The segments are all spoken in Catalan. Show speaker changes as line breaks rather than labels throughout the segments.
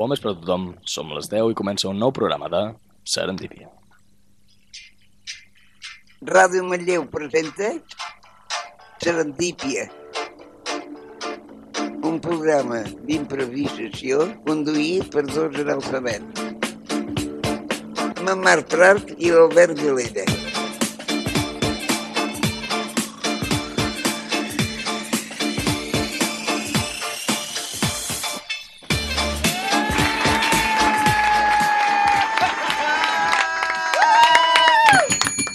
Bon vespre a tothom, som les 10 i comença un nou programa de Serendipia.
Ràdio Manlleu presenta Serendípia, un programa d'improvisació conduït per dos analfabets, amb en Marc Prat i l'Albert Vilella.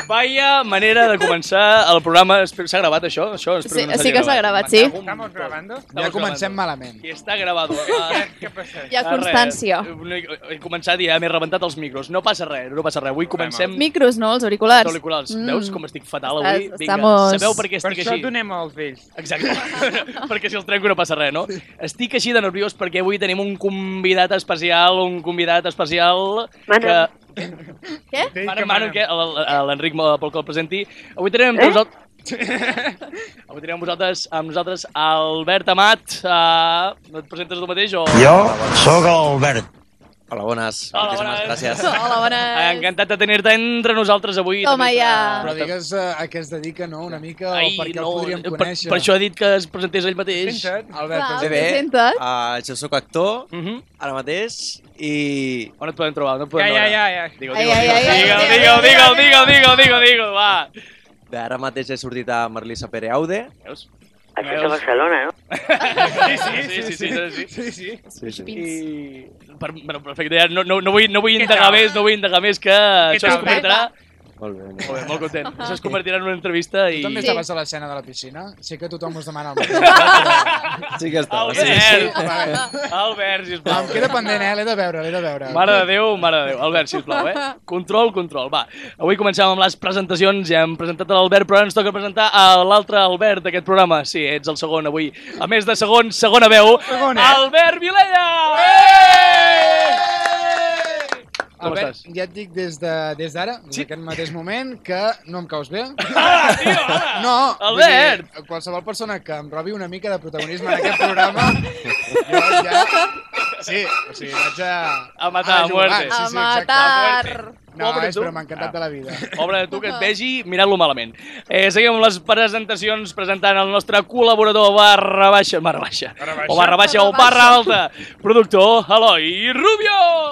Vaya manera de començar el programa. Espero- S'ha gravat això? això espero
Sí,
no s'hagi
sí que s'ha gravat,
Me
sí.
cago en
¿Estamos
tot.
grabando?
Estamos
Ja comencem
grabando.
malament.
I està gravat. Ah,
¿Qué pasa?
Hi ha
ah,
constància.
res. No he- He començat i ja m'he rebentat els micros. No passa res, no passa res. Avui comencem
Micros, no?
els
Els auriculars.
auriculars.
Mm.
Veus com estic fatal avui?
Estàs- estamos-
sabeu per què
Per
estic
això
així?
donem els vells.
Exacte, perquè si el trenco no passa res, no? Estic així de nerviós perquè avui tenim un convidat especial, un convidat especial que...
Què?
Mare, mare, que el- el- l'Enric Mo- vol que el presenti. Avui tenim
Eh?
amb vosaltres... Avui tenim amb vosaltres, amb nosaltres Albert Amat. Uh, no et presentes tu mateix o...?
Jo sóc Albert.
Hola, bones.
Hola,
Moltíssimes
bones.
gràcies.
Hola,
Ah,
bones.
Encantat de tenir-te entre nosaltres avui.
Toma
També
ja.
serà-
Però digues eh, a què es dedica, no? Una mica, o per què el podríem
per,
conèixer.
per això he dit que es presentés ell mateix.
Albert,
Clar,
has
Bé, bé.
presenta't.
Uh, jo sóc actor,
Uh -huh.
ara mateix, i...
On et podem trobar? On et podem
Ja, ja,
veure?
ja, ja.
Digue-ho,
Ai,
digue-ho,
ai, ai, ai,
digue-ho,
ai,
digue-ho,
ai,
digue-ho,
ai,
digue-ho,
ai,
digue-ho, digue-ho, digue-ho, va.
Bé, ara mateix he sortit a Merlissa Pereaude.
Veus?
Això és a Barcelona, no?
Sí, sí, sí, sí, sí.
Sí, sí.
Sí, sí.
I... Per, bueno, perfecte, ja no, no, no, vull, no vull indagar més, no vull indagar més, que això es
tal?
convertirà...
Molt bé.
Molt bé, molt content. Això es convertirà en una entrevista i...
Tu també
Sí.
estaves a l'escena de la piscina? Sí que tothom us demana el mateix.
Sí que està.
Albert,
sí.
Albert,
Però
sisplau.
em queda pendent, eh? L'he de veure, l'he de veure.
Mare de Déu, mare de Déu. Albert, sisplau, eh? Control, control, va. Avui comencem amb les presentacions, ja hem presentat a l'Albert, però ara ens toca presentar a l'altre Albert d'aquest programa. Sí, ets el segon avui. A més de segon, segona veu,
Segon, eh?
Albert Vilella! Com
Albert,
estàs?
ja et dic des de- des d'ara, des d'aquest mateix moment, que no em caus bé.
Hola, tio, hola!
No, vull dir,
Ah, Albert!
qualsevol persona que em robi una mica de protagonisme en aquest programa, jo ja... Sí, o sigui, vaig a...
A matar, a
jugar.
muerte.
A
Sí, sí, exacte.
matar.
No,
Ah, Pobre
és
tu. Ah.
broma, encantat de la vida.
Pobre de tu que et vegi mirant-lo malament. Eh, seguim amb les presentacions presentant el nostre col·laborador barra baixa, barra baixa, barra baixa. o barra baixa o
Barra
barra alta, productor Eloi Rubio!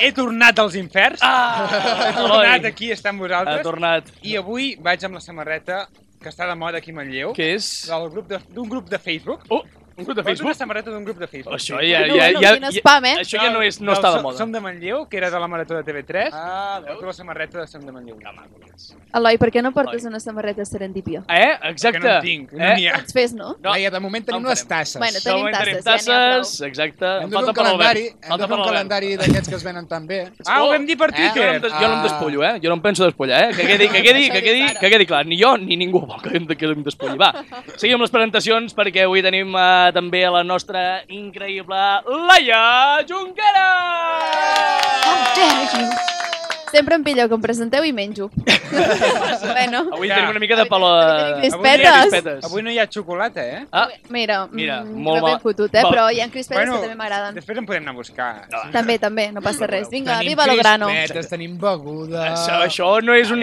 He tornat als inferns.
Ah,
He tornat aquí, està amb
Ha
vosaltres.
tornat.
I avui vaig amb la samarreta que està de moda aquí a Manlleu.
Què és?
Oh. Del grup de- D'un grup de Facebook.
Oh, un grup de
Porto Una
Facebook?
samarreta d'un grup de Facebook.
Això
sí.
ja,
No,
ja,
no,
ja,
quin
ja,
spam, eh?
això ja no, és, no
Del
està de
So-
moda.
Som de Manlleu, que era de la marató de TV3.
Ah,
Porto la samarreta de Som de Manlleu.
Eloi, per què no portes
Eloi.
una samarreta serendipia?
Eh?
Que
Exacte.
no en tinc, no n'hi ha.
Pots fes, no?
No.
No. Laia, de moment tenim
No en
les tasses.
Bueno,
De moment
Tenim
tenim
tasses, ja n'hi ha
tasses, exacte.
hem
Em
de fer
falta
un
per l'Albert.
calendari, hem de
Falta
fer
per
un
l'Albert.
calendari d'aquests que es venen tan bé.
Ah, ho vam dir per
Jo Eh? no, em
Twitter.
des, jo no em
Ah.
despullo, eh? Jo no em penso despullar, eh? Que quedi, que quedi, que quedi, que quedi clar, ni jo ni ningú vol que, em- que em despulli. Va, seguim amb les presentacions perquè avui tenim uh, també a la nostra increïble Laia Junquera!
Sempre em pillo que em presenteu i menjo. bueno,
Avui
Ja.
tenim una mica de palo...
Avui tenim
Avui no hi ha-
crispetes.
Avui no hi ha xocolata, eh?
Ah,
mira,
Mira,
mm,
molt
no ben
mal.
fotut, eh?
Val.
Però hi ha crispetes que també m'agraden.
Després en podem anar a buscar. Eh?
No.
També, també, no passa res. Vinga,
Tenim
viva lo grano.
crispetes, tenim beguda...
això, això no és un...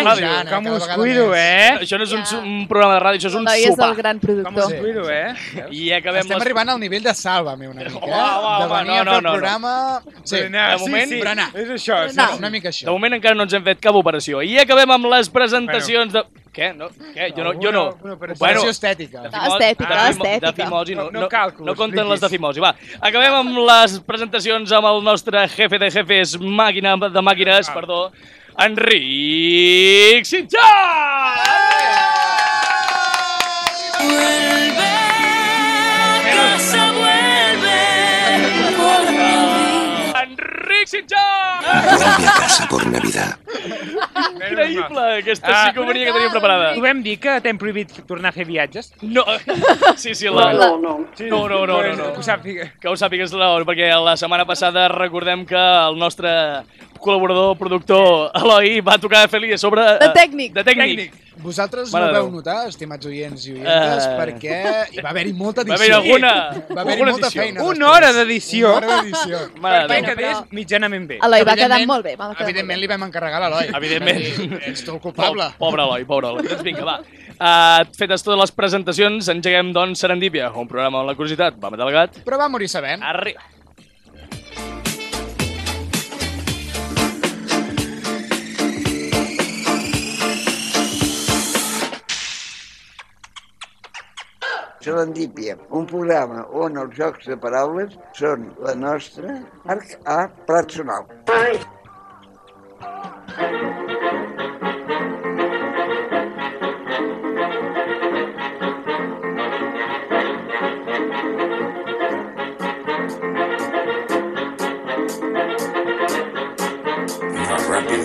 programa de ràdio.
Jana,
com
cada
us
vegada
cuido,
més.
eh?
Això no és un,
Ja.
un programa de ràdio, això és un
Eloi és
sopar.
el gran
Com us
productor.
cuido, eh?
I acabem
Estem
les...
arribant al nivell de salva, meu, una mica.
Home,
eh?
home,
de
home,
venir
no, no,
a fer
no,
el
no.
programa... Sí,
Berenar,
de moment,
sí, sí.
berenar.
És això, sí.
Berenar.
una mica això.
De moment encara no ens hem fet cap operació. I acabem amb les presentacions de... Què? No, què? Jo no... Jo no.
Alguna- alguna operació.
Operació
Bueno,
estètica.
Ah, estètica,
de fimo-
estètica.
De fimosi, no,
No- no
no,
cal que
no
ho
compten les de
expliquis.
fimosi, va. Acabem amb les presentacions amb el nostre jefe de jefes, màquina de màquines,
Ah.
perdó, Enric Sitjà! Enric Sitjà!
Gracias por Navidad.
Increïble, aquesta psicofonia que teníem preparada.
Ho vam dir que t'hem prohibit tornar a fer viatges?
No, sí, sí, la, la,
No, no.
No, no, no, no, no.
Que ho sàpiga.
Que ho sàpigues, Laura, perquè la setmana passada recordem que el nostre
col·laborador, productor, Eloi, va tocar fer-li a sobre... eh,
De tècnic.
De tècnic.
Tècnic.
Vosaltres
Mare
no
de
vau
Déu.
notar, estimats oients i oientes,
Eh.
perquè hi va haver-hi molta
Va
edició.
haver alguna...
Va haver-hi
alguna
molta
edició.
feina.
Una
després.
hora d'edició
Una hora d'edició.
Mare de
perquè
Déu.
quedés mitjanament bé.
Eloi, va quedar
Evidentment-
molt bé. Va quedar
Evidentment
molt
li vam encarregar a l'Eloi.
Evidentment.
Va dir, Ets tu el culpable.
Po- Pobre Eloi, pobre Eloi. Doncs vinga, va. Uh, fetes totes les presentacions, engeguem, doncs, Serendípia, un programa on la curiositat va matar el gat.
Però va morir sabent.
Arriba.
Serendípia, un programa on els jocs de paraules són la nostra arc a plat sonal.
Más rápido.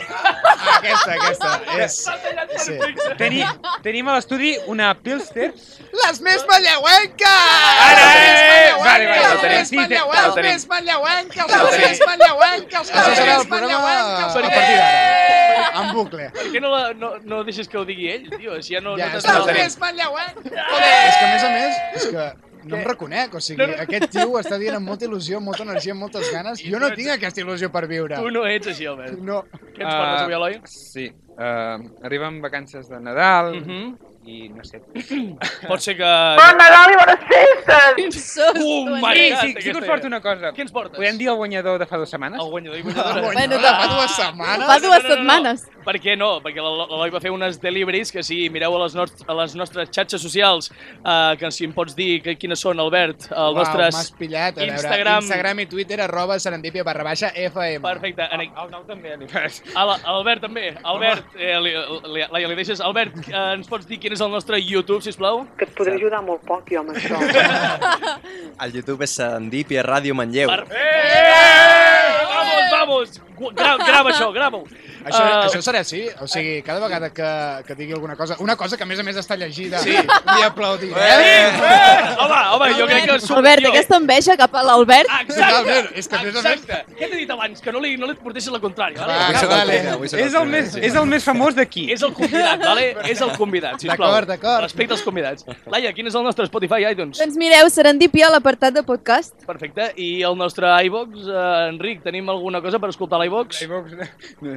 aquesta, aquesta, és... Sí.
Teni... Tenim a l'estudi una Pilster.
Les més manlleuenques!
Ara,
Les més
eh!
manlleuenques,
Vale, vale, ho
les
tenim.
més
Sí, te-
manlleuenques,
ho tenim.
Les més manlleuenques,
Ho
les
tenim.
més manlleuenques,
Això
les
serà el
més Eh! manlleuenques!
Ah.
a partir
d'ara. En bucle.
Per què no, la, no, no deixes que ho digui ell, tio? Si ja no,
Ja,
no
és que
t'has-
el tenim. És que, a més a més, és que no em reconec, o sigui,
No, no.
aquest tio està dient amb molta il·lusió, amb molta energia, amb moltes ganes. Jo no tinc aquesta il·lusió per viure.
Tu no ets així, Albert.
No.
Què ens portes avui, Eloi?
Ah, Sí. Uh, arriben vacances de Nadal
Uh -huh.
i no sé.
Pot ser que...
Bon Nadal i bones festes!
bé. Sos,
Oh,
tu,
my-
Sí,
Mare,
sí, sí que
aquesta
us
era.
porto una cosa.
Què ens portes?
Podem dir el guanyador de fa dues setmanes?
El guanyador i guanyadora.
Bueno,
Bueno,
fa dues setmanes.
Fa dues setmanes.
Per què no? Perquè l'Elo- l'Eloi va fer unes deliveries que si mireu a les, nost a les nostres xarxes socials, eh, que si em pots dir que, quines són, Albert, el
Uau,
nostres...
m'has pillat. A veure,
Instagram.
Instagram i Twitter, arroba serendipia barra baixa FM.
Perfecte. En...
Ah, El, el nou també li fas.
Ala, Albert també. Albert, eh, li, li, Laia, li deixes. Albert, eh, ens pots dir quin és el nostre YouTube, si plau?
Que et podré ajudar molt poc, jo, amb això.
El YouTube és Serendipia Ràdio Manlleu.
Per... Eh! Vamos, vamos! Gu- Gra grava això, grava-ho.
Això,
Eh,
uh, això serà així? O sigui, cada vegada que, que digui alguna cosa, una cosa que a més a més està llegida,
Sí.
li aplaudirem.
Eh! Home, home, jo crec que... Ah, sou-
Albert,
jo-
aquesta enveja cap a l'Albert.
Exacte!
Totalment, és que a més a més...
Exacte! Què t'he dit abans? Que no li, no li portessis la contrària, vale?
Va,
Avui serà el
vale.
primer, avui serà
És el
primer,
més,
sí.
és el més famós d'aquí.
És el convidat, vale? És el convidat, sisplau.
D'acord, d'acord.
Respecte als convidats. Laia, quin és el nostre Spotify iTunes?
Doncs mireu, Serendipia a l'apartat de podcast.
Perfecte. I el nostre iVox, eh, Enric, tenim alguna cosa per escoltar l'iVox?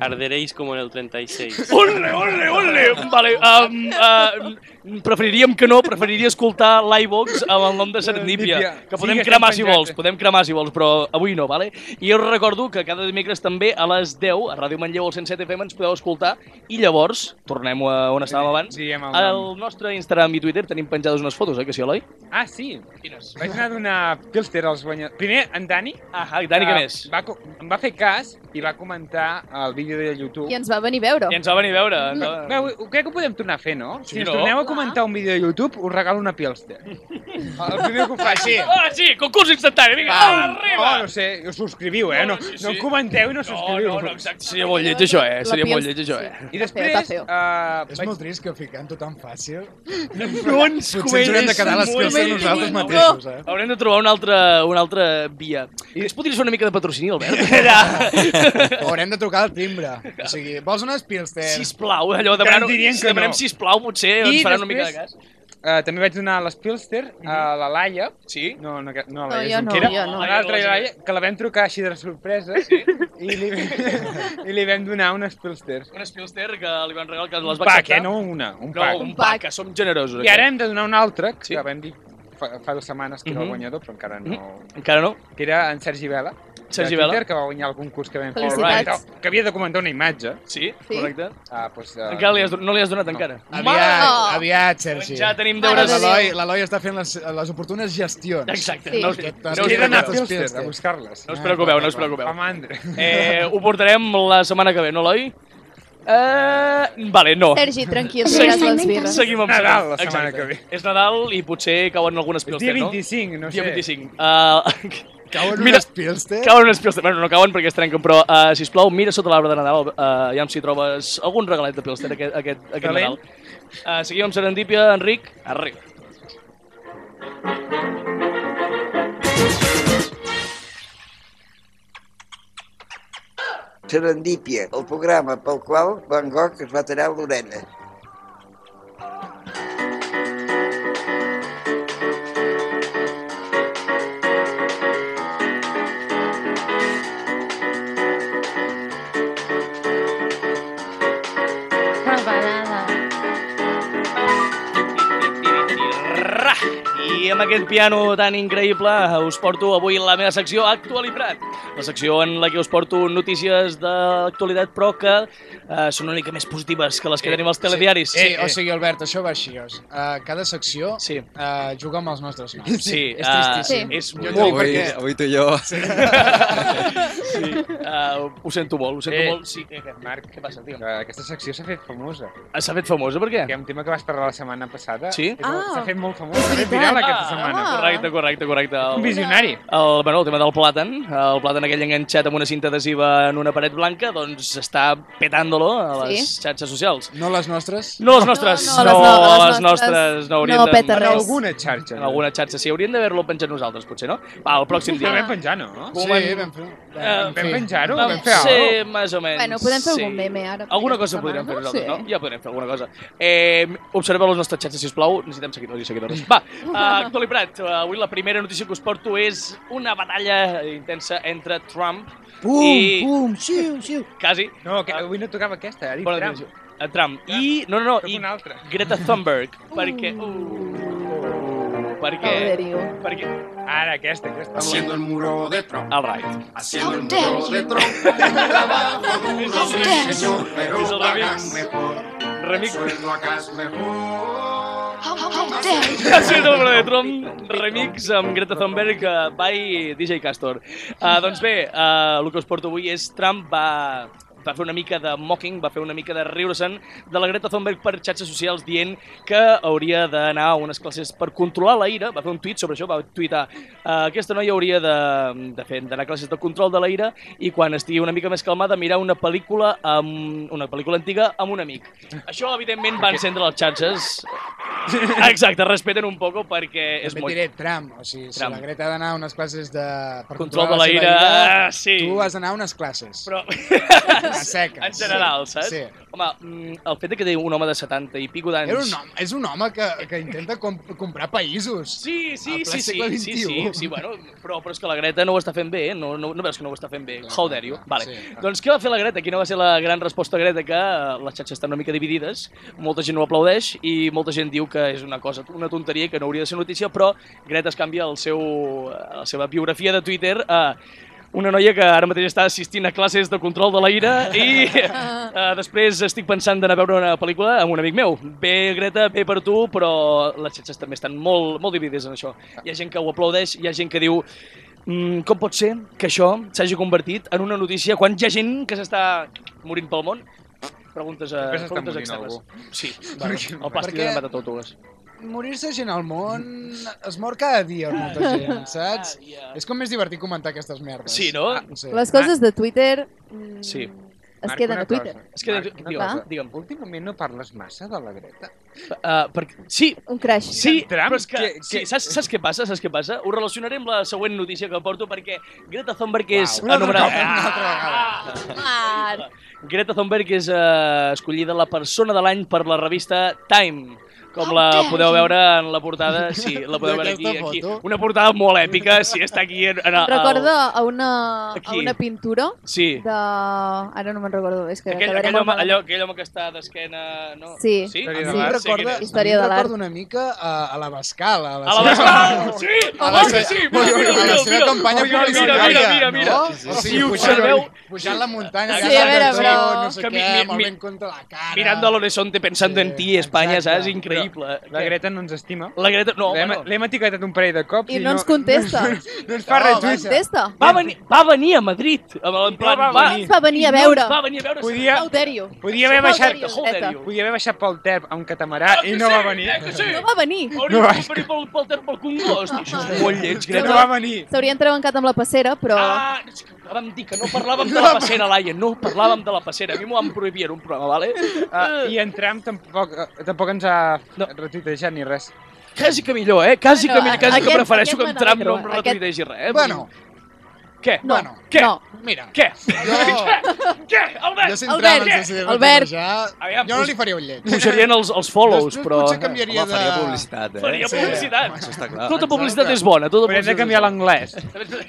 Arderéis como en el 36.
Ole, ole, ole! Vale, um, uh, preferiríem que no, preferiria escoltar l'iVox amb el nom de Serendípia,
Serendípia.
que
Sí,
podem
que
cremar
estem
si vols,
penjats.
podem cremar si vols, però avui no, vale? I us recordo que cada dimecres també a les 10 a Ràdio Manlleu al 107 FM ens podeu escoltar i llavors, tornem a on estàvem abans,
Diguem el
al
nom.
nostre Instagram i Twitter tenim penjades unes fotos, eh, que sí, Eloi?
Ah, sí.
Quines?
Vaig anar a donar Pilster als guanyadors. Primer, en Dani.
Ah, i Dani, què
eh,
més?
Va, co- em va fer cas i va comentar el vídeo de YouTube.
I ens va venir a veure.
I ens va venir a veure. ens va-
Bé, ho- ho- crec que ho podem tornar a fer, no?
Sí,
si ens
no?
torneu a comentar un vídeo de YouTube, us regalo una Pilster. El primer que ho faci.
Ah, sí, concurs instantani, vinga, arriba!
Oh, no sé, us subscriviu, eh? No,
No, sí, sí.
no comenteu i no
No,
subscriviu.
no, no, exacte. Seria molt lleig, això, eh?
La
Seria molt
Pils,
lleig, això,
sí.
eh?
I
Està
després,
feo, està
uh,
És
vaig...
molt trist que ficant-ho tan fàcil.
No ens
Potser ens haurem de quedar les
comentis,
pilsen
no.
nosaltres mateixos, eh?
Haurem de trobar una altra, una altra via. I es podries fer una mica de patrocini, Albert? Allà.
O eh? haurem de trucar al timbre. O sigui, vols unes Pilster?
Sisplau, eh, allò
Ja
demanar...
em dirien
Si
que
demanem
no.
sisplau, potser
I
ens faran una mica de
després-
cas.
Uh, també vaig donar les Pilster eh, a la Laia.
Sí?
No, no, que-
No,
no, la Laia
jo no,
Junquera.
jo no.
A l'altra Laia,
eh?
que la vam trucar així de sorpresa sí. i, li, i li vam donar unes Pilsters.
Un Spilster que li van regalar que les
Un
va
pack,
acceptar.
eh? No una, un
No,
pack.
un
pack.
pack, que som generosos.
I ara
aquí.
hem de donar un altre, que
Sí.
sí. vam dir fa, fa dues setmanes que era
Mhm.
el guanyador, però encara no...
Encara no?
Que era en Sergi Vela. de
Sergi Vela.
Twitter, que va guanyar el concurs que vam fer.
Felicitats.
Alright. Que havia de comentar una imatge.
Sí,
Sí.
correcte.
Ah, doncs, uh,
Encara li has, don- no li has donat encara.
Aviat,
Mare!
aviat, Sergi.
Ja tenim
Mare
deures...
de Déu.
L'Eloi l'Eloi està fent les, les oportunes gestions.
Exacte,
Sí.
no us,
Aquest
no us
has
He d'anar a
aquestes
Pilster
Pilster.
a buscar-les.
No us preocupeu, no us
Fa
preocupeu.
mandra.
Eh, ho portarem la setmana que ve, no, Eloi? Uh, vale, no.
Sergi, tranquil,
Sí.
tindràs les birres.
Seguim amb
Nadal,
Nadal,
la setmana que ve.
És Nadal i potser cauen algunes
El
piles,
dia
no?
25, no sé.
Dia 25. Uh,
Cauen
Mira,
unes Pilster.
cauen unes piles. Bueno, no cauen perquè es trenquen, però, uh, sisplau, mira sota l'arbre de Nadal, uh, ja si trobes algun regalet de Pilster aquest, aquest, aquest
Valent.
Nadal. Uh, seguim amb Serendípia, Enric, arriba.
Serendípia, el programa pel qual Van Gogh es va tallar l'orella.
Ra! I amb aquest piano tan increïble us porto avui la meva secció Actualitat. La secció en la que us porto notícies d'actualitat però que eh, són una mica més positives que les que tenim als telediaris.
Sí, eh, o sigui, Albert, això va així. O sigui, uh, cada secció
Sí.
uh, juga amb els nostres noms.
Sí,
és
ah,
tristíssim.
és
Jo
molt-
et dic
avui,
perquè...
avui tu i jo...
sí. Uh, ho sento molt, ho sento
Eh.
molt. Sí, eh,
Marc, què passa, tio? Aquesta secció s'ha fet famosa.
S'ha fet famosa, per
Que
què?
un tema que vas parlar la setmana passada.
Sí?
és molt-
Ah.
S'ha fet molt famosa. S'ha fet viral aquesta setmana.
Ah.
correcte, correcte, correcte. El-
Un visionari.
El, bueno, el tema del plàtan, el plàtan aquell enganxat amb una cinta adhesiva en una paret blanca, doncs està petándolo a les
Sí.
xarxes socials.
No les nostres?
No les nostres,
No, no, les no-
a
les
les
nostres
nostres no
no
haurien de...
peta
En
res.
alguna xarxa.
En alguna xarxa, sí, haurien d'haver-lo penjat nosaltres, potser, no? Va, el pròxim
Ja
dia.
vam penjar, no?
Sí,
Comen-
vam fer...
Ah.
Eh,
en
Vam
fi.
penjar-ho?
Vam
Vam fer
sí,
alguna
més o menys.
Bueno, podem fer algun meme ara,
Alguna
perquè
cosa
aquesta
podríem fer
setmana,
nosaltres,
no?
no?
Sí.
Ja podem fer alguna cosa. Eh, observeu les nostres xarxes, sisplau. Necessitem seguidors i seguidores. Va, uh, Actuali Prat, eh, avui la primera notícia que us porto és una batalla intensa entre Trump
Pum,
i...
pum, xiu, xiu.
Quasi.
No, que avui no tocava aquesta, ha dit
Bona
Trump.
Trump. A Trump. I, no, no, no,
Toca
i
una altra.
Greta Thunberg, perquè... Uh, perquè...
Calderio.
perquè...
Ara, aquesta, aquesta.
Haciendo el muro de Trump,
All right.
haciendo el muro de Trump. Trabajo duro, sí, señor,
Es el
pero
remix.
pagan mejor. El
Remix.
sueldo acá es mejor.
Gràcies al Bruno de Trump, remix amb Greta Thunberg, eh, by DJ Castor. Uh, doncs bé, uh, el que us porto avui és Trump va va fer una mica de mocking, va fer una mica de riure-se'n de la Greta Thunberg per xarxes socials dient que hauria d'anar a unes classes per controlar la ira. Va fer un tuit sobre això, va tuitar uh, aquesta noia hauria de, de fer d'anar a classes de control de la ira i quan estigui una mica més calmada mirar una pel·lícula amb, una pel·lícula antiga amb un amic. Això, evidentment, va encendre les xarxes. Exacte, respeten un poco perquè és
També et
molt...
diré Trump, o sigui, si
Trump.
la Greta ha d'anar a unes classes de... Per
Control de
controlar
la
seva
ira, ah, sí.
Tu has d'anar a unes classes.
Però...
A seques.
En general, saps?
Sí.
Home, mm, el fet de que té un home de 70 i pico d'anys...
Era un home, és un home que, que intenta com, comprar països.
Sí, sí,
Al ple
sí, sí,
segle
sí, sí,
XXI.
sí, sí, bueno, però, però és que la Greta no ho està fent bé, eh? no, no, no veus que no ho està fent bé,
Clar,
how dare you.
clar,
Vale.
sí, clar.
doncs què va fer la Greta? Quina va ser la gran resposta Greta? Que eh, les xarxes estan una mica dividides, molta gent ho aplaudeix i molta gent diu que és una cosa, una tonteria i que no hauria de ser notícia, però Greta es canvia el seu, eh, la seva biografia de Twitter a una noia que ara mateix està assistint a classes de control de la ira i eh, després estic pensant d'anar a veure una pel·lícula amb un amic meu. Bé, Greta, bé per tu, però les xarxes també estan molt, molt dividides en això. Hi ha gent que ho aplaudeix, hi ha gent que diu mm, com pot ser que això s'hagi convertit en una notícia quan hi ha gent que s'està morint pel món? Preguntes, a,
Sempre s'està
preguntes
morint
externes.
algú.
Sí, bueno, el pasti
Perquè-
de matatòtoles.
Morir-se gent al món es mor cada dia molta gent, saps?
Ah, ja.
És com més divertit comentar aquestes merdes.
Sí, no?
Sí.
Les coses de Twitter mm,
Sí.
es
Marc,
queden
una
a Twitter.
cosa.
Es que,
Marc, una
digue'm,
cosa.
digue'm.
Últimament no parles massa de la Greta.
Uh, per... Sí,
Un crash.
Sí,
En Trump,
però és que,
que-
sí,
que-
saps, saps què passa? Saps què passa? Ho relacionaré amb la següent notícia que porto perquè Greta Thunberg és
Una altra
anomenada... Ah.
vegada, una altra
Marc.
Greta Thunberg és eh, escollida la persona de l'any per la revista Time com
How
la
dare
podeu
you.
veure en la portada, sí, la podeu veure aquí,
D'aquesta
aquí.
foto.
Una portada molt èpica, sí, està aquí. En, en, el-
Recorda a una, a
Aquí.
una pintura
ah, Sí,
de... Ara no me'n recordo, és que
aquell,
acabaré
aquell,
molt
home,
malament.
allò, aquell home que està d'esquena... No?
Sí.
sí?
Història
A
de
mi em
l'art,
recorda,
quin és.
a mi
Història
em
de l'art.
recorda una mica a, a la Bascal. A la,
A la Bascal! Sí!
A la,
sí, sí! Mira, mira,
a la seva
mira,
campanya
mira, mira,
publicitària.
Mira, mira, mira!
No? O sigui,
Sí, ho
pujant,
observeu.
pujant la muntanya,
Sí,
allà
a veure,
dalt del
però-
sol, no sé
que mi-
què,
mi-
amb el
mi-
vent contra la cara.
Ah, Mirando al horizonte pensando
Sí,
en ti, Espanya,
exacte.
saps? Increïble. Increïble.
La Greta no ens estima.
La Greta... No,
L'hem
home, no.
l'hem etiquetat un parell de cops
I no ens contesta.
No, no ens fa
Oh,
No,
res.
vaja.
Contesta.
Va venir, va venir a Madrid. amb el- En plan,
va
va,
venir.
Va venir a
No ens
veure.
Va venir a veure.
Podia,
Euterio.
podia haver baixat...
Euterio,
Joder,
Greta.
Podia haver baixat pel Terp a un catamarà i no va venir.
Eh, que sí?
No va venir.
Hauríem
No,
no,
és
de venir pel, pel, pel, pel Congost. Això és molt lleig, Greta.
No va venir.
S'haurien trebancat amb la passera, però...
Ah, és que vam dir que no parlàvem de la passera, Laia, no parlàvem de la passera. A mi m'ho van prohibir en un programa, vale?
Ah, I en Trump tampoc, eh, tampoc ens ha
Eh. No.
retuitejat ni res.
Quasi que millor, eh? Quasi que
Bueno,
millor, quasi que
aquest-
prefereixo que en
aquest
Trump no em
m'alegro, aquest-
retuitegi res, eh?
Bueno,
Què?
No,
bueno.
Què?
no.
mira,
Què?
jo,
Què?
jo
Albert!
si
Albert,
entrava en el CCD
Albert.
ja,
Aviam,
jo no
pos-
li faria un lleig.
Pujarien els, els follows,
Després
però...
potser Ah,
Home,
canviaria
faria
de...
publicitat, eh?
Faria
Sí.
publicitat.
Això està clar.
Tota publicitat és bona, tota
Haurem de
publicitat
canviar l'anglès.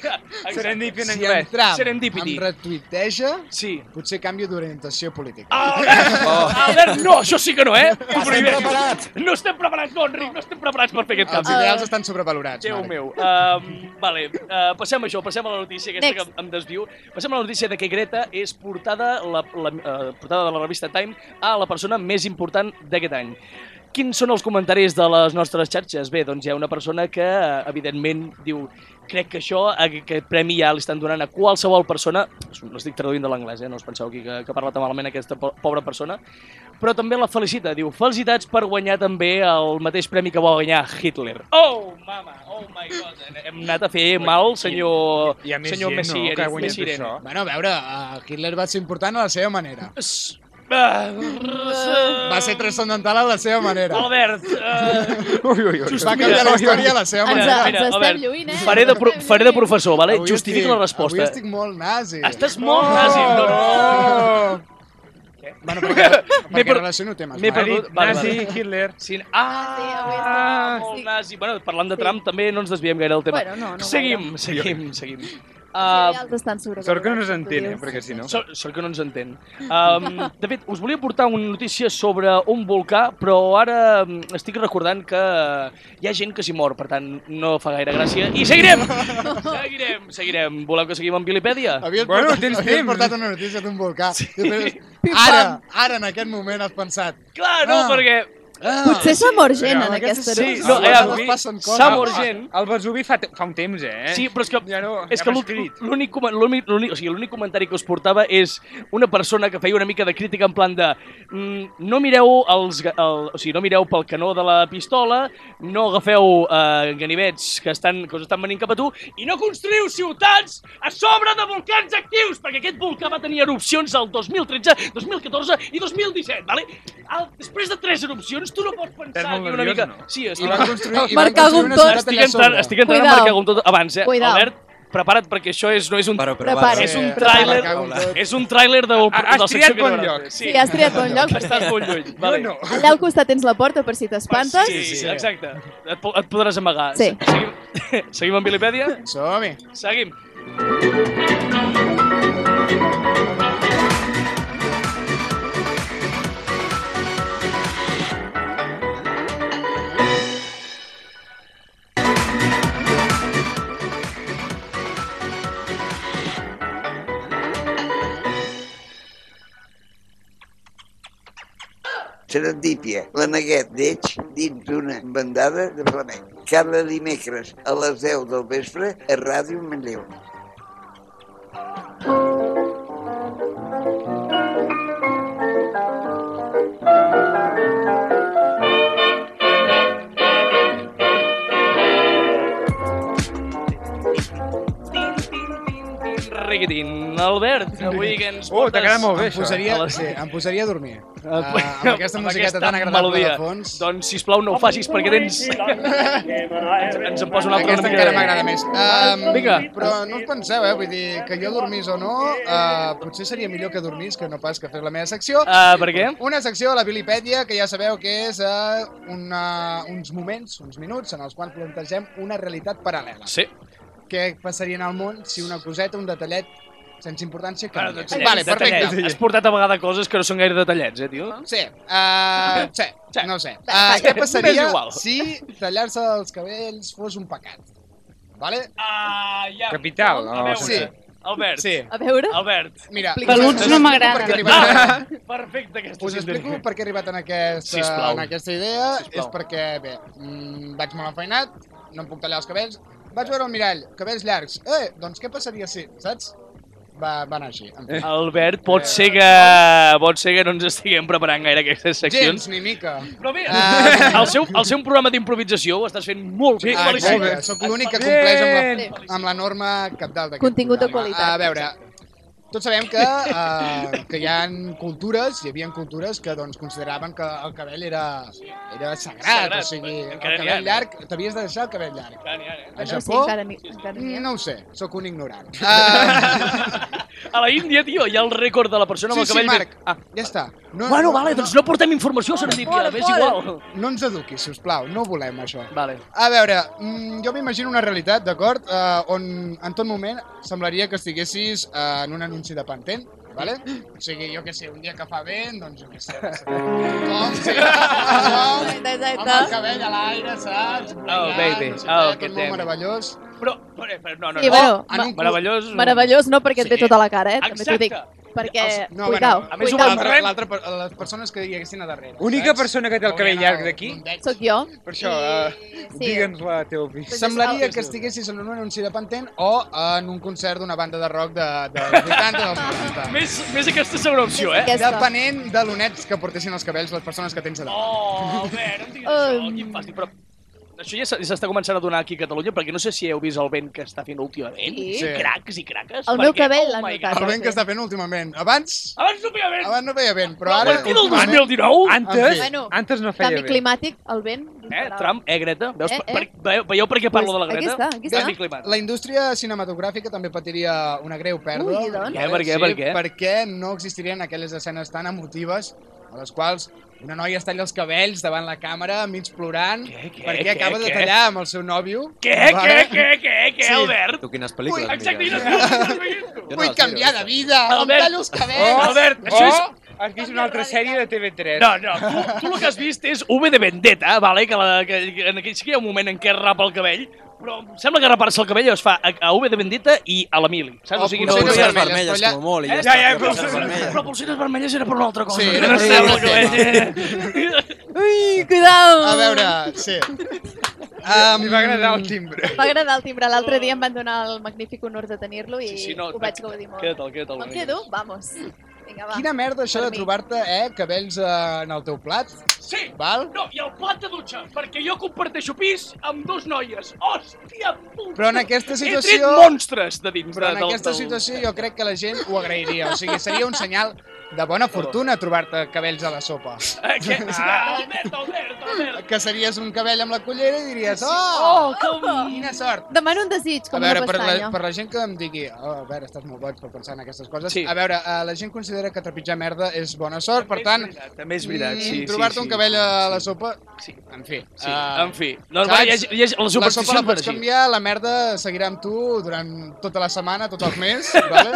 l'anglès.
Serendip en
Si
anglès.
en Trump
Serendipity.
em retuiteja,
Sí.
potser canvio d'orientació política.
Ah, Albert, Albert, no, això sí que no, eh? T'ho
Oh. estem
prohibeixo.
preparats.
No estem preparats, no, Enric, no estem preparats per fer aquest
Els
canvi.
ideals estan sobrevalorats,
Déu
Marc.
meu. Um, vale, uh, passem a això, passem a la notícia aquesta
Next.
que em- em desviu. Passem a la notícia de que Greta és portada, la, la, uh, portada de la revista Time a la persona més important d'aquest any. Quins són els comentaris de les nostres xarxes? Bé, doncs hi ha una persona que, eh, evidentment, diu crec que això, aquest premi ja l'estan donant a qualsevol persona, l'estic traduint de l'anglès, eh? no us penseu aquí que, que parla tan malament aquesta po- pobra persona, però també la felicita, diu, felicitats per guanyar també el mateix premi que va guanyar Hitler. Oh, mama, oh my god, hem anat a fer mal, senyor,
Hi ha més
Oh, senyor
gent,
Messi,
no, que ha guanyat
Messi
això.
Bueno, a veure, eh, Hitler va ser important a la seva manera. Va
Va
ser transcendental a la seva manera.
ah, Albert, eh,
Ui, ui, ui.
Va canviar la història a la seva
Ens,
manera.
mira,
ens estem
Albert,
lluint, eh?
faré de, pro
Ens estem
faré de
lluint.
professor, vale?
Avui
Justifica
estic-
la resposta.
Avui estic molt nazi.
Estàs molt nazi. No, no.
Oh!
Bueno, perquè, perquè
per-
relaciono temes.
m'he
Ha
Marc.
perdut.
dit
Eh, Vale,
nazi,
vale.
Hitler.
Sí,
Sí, avui
ah,
estem-
molt
sí.
nazi. Bueno, parlant de Trump també no ens desviem gaire del tema.
Bueno, no, no gaire.
seguim, seguim, seguim,
Els
Uh,
ideals estan sobrevalorats.
Sort que no ens
tu
entén, eh,
dius.
perquè si no...
sort, sort que no ens entén. Um, de fet, us volia portar una notícia sobre un volcà, però ara mm, estic recordant que hi ha gent que s'hi mor, per tant, no fa gaire gràcia. I seguirem! seguirem, seguirem. Voleu que seguim amb Vilipèdia?
Havies,
Bueno,
portat,
tens
havies
temps.
portat una notícia d'un volcà. Sí. Ara, ara, en aquest moment, has pensat...
Clar, no,
Ah.
perquè...
Potser s'ha mort gent
Però
en
aquestes-
aquesta
Sí,
eruga.
no,
sí,
eh,
no
avui
passen coses.
s'ha mort gent.
Ah, El Vesuvi fa, te- fa un temps, eh?
Sí, però és que,
Ja no,
és
ja
que
m'ha
l'ú-
escrit.
l'únic coma- l'únic l'únic- o sigui, l'únic comentari que us portava és una persona que feia una mica de crítica en plan de mm, no mireu els, ga- el, o sigui, no mireu pel canó de la pistola, no agafeu eh, ganivets que, estan, que us estan venint cap a tu i no construïu ciutats a sobre de volcans actius, perquè aquest volcà va tenir erupcions el 2013, 2014 i 2017, vale? El, després de tres erupcions tu no pots pensar
molt
ni
nerviós,
mica...
no?
Sí,
I
estic,
van construir, i van
Marc
construir una
Aguntó.
ciutat
estic
allà
entrant,
sobre.
estic entrant en
Cuidao.
Marc Aguntó abans, eh?
Cuidao.
Albert, prepara't perquè això és, no és un...
Però, però,
Prepara.
va,
És un
Eh,
tràiler,
prepara, cago en tot.
és un tràiler del,
Ah, has
del
triat
secció que
bon
veuràs.
lloc.
Sí,
Sí, has triat bon lloc.
Estàs molt lluny.
Jo
Vale.
no.
Allà al costat tens la porta per si t'espantes.
Sí, sí, exacte. Et, po- et podràs amagar.
Sí.
Seguim, seguim amb Vilipèdia?
Som-hi.
Seguim.
Serendípia, la neguet d'Eix dins d'una bandada de flamenc. Cada dimecres a les 10 del vespre a Ràdio Manlleu.
Riquitín. Albert, avui que ens
Oh, t'ha quedat molt bé, Ah,
Em
això.
posaria,
A les-
sí, em posaria a dormir. Uh, amb aquesta musiqueta tan agradable de fons.
Doncs, sisplau, no ho facis perquè tens... ens, ens en posa una altra
Aquesta
mica-
encara m'agrada més. Um,
Vinga.
Però no us penseu, eh? Vull dir, que jo dormís o no, uh, potser seria millor que dormís que no pas que fer la meva secció.
Ah, per què?
Una secció de la Vilipèdia que ja sabeu que és uh, una, uns moments, uns minuts, en els quals plantegem una realitat paral·lela.
Sí.
Què passaria en el món si una coseta, un detallet, sense importància,
Bueno,
canviés?
detallets,
vale, perfecte.
detallets. Has portat a vegada coses que no són gaire detallets, eh, tio?
Sí, uh, sí,
Sí.
no ho sé. Uh, què passaria
M'és igual.
si tallar-se els cabells fos un pecat? Vale?
Ah, ja.
Capital,
A
no?
veure.
Sí.
Albert.
Sí.
A veure.
Albert.
Mira,
Peluts
us
no
explico
m'agraden.
per què he arribat-
Perfecte, aquesta
Us explico per què he arribat en aquesta,
Sisplau.
en aquesta idea.
Sisplau.
És perquè, bé, mm, vaig molt enfeinat, no em puc tallar els cabells. Vaig veure al mirall, cabells llargs. Eh, doncs què passaria si, saps? Va, va anar així. En fi.
Albert, pot ser que... Pot ser que no ens estiguem preparant gaire aquestes
Gens,
seccions.
ni mica.
Però bé,
Ah.
el seu, el seu programa d'improvisació ho estàs fent molt bé.
Ah,
Felicita't.
exacte. Sóc l'únic que compleix amb la, amb la norma capdalt d'aquest
Contingut de
programa.
qualitat.
A veure, tots sabem que, uh, que hi ha cultures, hi havia cultures que doncs, consideraven que el cabell era, era sagrat,
Sagrat,
o sigui, el
encara n'hi ha,
cabell llarg, t'havies de deixar el cabell llarg.
Ja n'hi ha, eh?
A
No ho sé,
Japó,
encara ni- encara ni-
no ho sé, sóc un ignorant. Eh, Uh,
A la Índia, tio, hi ha el rècord de la persona amb
sí,
el
sí,
cabell...
Marc,
Ah,
ja està. No,
bueno, vale, doncs no portem informació científica, m'és igual.
No ens eduquis, si us plau, no volem això.
Vale.
A veure, mm, jo m'imagino una realitat, d'acord, eh, on en tot moment semblaria que estiguessis eh, en un anunci de Pantene, vale? O sigui, jo què sé, un dia que fa vent, doncs jo què sé, va ser tothom, sí, tothom,
Exacte,
amb el
exacte.
cabell a l'aire, saps? Brillant,
baby,
no sé
oh,
què,
que
tot
tema.
molt meravellós. Oh,
Però, però, però no, no,
Sí,
no.
bueno,
En un cul...
Meravellós.
Meravellós no, perquè et ve
Sí.
tota la cara, eh? També t'ho
Exacte.
dic. Perquè,
Els- Eh, no,
Eh, cuidao,
bueno,
a més ho
cuidao.
valorem.
L'altra, l'altra per- les persones que hi haguessin a darrere.
Única persona que té el cabell llarg d'aquí?
Soc jo.
Per això,
I-
eh,
sí.
digue'ns la teva opinió.
Pues
Semblaria
és-
que estiguessis en un anunci de Pantene o en un concert d'una banda de rock de, dels 80 dels 90.
Més, més aquesta segona opció, eh?
Aquesta.
Depenent de l'onets que portessin els cabells les persones que tens a dalt.
Oh, Albert, no em diguis això,
Um.
quin fàstic, però... Això ja s'ha- s'està començant a donar aquí a Catalunya, perquè no sé si heu vist el vent que està fent últimament.
Sí.
Sí.
Cracs i craques.
El meu
perquè- oh
cabell l'han
my
notat.
God.
El vent que està fent últimament. Abans,
Abans no feia vent.
abans no veia vent, però
Però a
ara...
partir del
últimament,
2019...
Antes,
Bueno,
antes no feia
Canvi
bé.
climàtic, el vent...
Eh, Trump, eh, Greta? Veus,
Eh,
eh,
eh.
eh? Per, veieu per què parlo
Pues
de
aquí
la Greta?
està, aquí
Canvi
està.
climàtic.
La indústria cinematogràfica també patiria una greu pèrdua. Eh,
Ui, i doncs?
Per què,
Sí,
per què?
Perquè no existirien aquelles escenes tan emotives a les quals una noia es talla els cabells davant la càmera, mig plorant,
Què, què,
perquè
què,
acaba de
què?
tallar amb el seu nòvio.
Què, què,
Vale?
què, què, què,
Sí.
Albert?
Tu quines pel·lícules
Ui,
Exacte, i no
mires?
estic
Jo no
Vull
les
canviar
miro,
de vida, em
Albert.
tallo els cabells.
Albert,
O
això és...
Oh, has vist una altra sèrie de TV3.
No, no, tu, tu el que has vist és V de Vendetta, vale? que, la, que, que en aquell sí que hi ha un moment en què es rapa el cabell, però em sembla que rapar-se el cabell es fa a, a V de Vendetta i a l'Emili. Saps?
O
O sigui,
No,
Sí, no,
no, no,
pulseres
vermelles,
vermelles,
però ja-
com a molt, i
Eh?
ja
Ja,
està.
ja, però,
pulseres vermelles.
però pulseres vermelles era per una altra cosa.
Sí,
Sí,
era
no
per
sé eh.
una
el
altra
que
Ui, cuidao!
A veure, sí. Um,
Em va agradar el timbre.
Em va agradar el timbre. L'altre dia em van donar el magnífic honor de tenir-lo i
Sí, sí, no,
ho vaig gaudir molt.
Queda't-el, queda't-el.
Me'n quedo? Vamos. Vinga, va.
Quina merda això
Per
de
mi.
trobar-te eh, cabells eh, en el teu plat,
Sí,
val?
no, i el plat de dutxa, perquè jo comparteixo pis amb dos noies. Hòstia puta!
Però en aquesta
He tret
situació...
monstres de dins.
Però en
de, del-
aquesta
del-
situació jo crec que la gent ho agrairia. O sigui, seria un senyal de
Oh.
bona fortuna trobar-te cabells a la sopa.
Eh, què? Ah, Albert, Albert, Albert!
Que series un cabell amb la cullera i diries oh,
Oh, com...
quina sort.
Demano un desig,
A
com
veure,
una
per la,
pestanya.
per la gent que em digui oh, a veure, estàs molt boig per pensar en aquestes coses.
Sí.
A veure, eh, la gent considera que trepitjar merda és bona sort, per tant,
També és veritat, sí, sí.
mm, trobar-te un cabell a la sopa,
Sí.
en fi.
Sí,
eh,
en fi. No, va, Ah, hi ha, hi ha, la
la sopa
superstició
la
és
pots
així.
canviar, la merda seguirà amb tu durant tota la setmana, tot el mes, vale?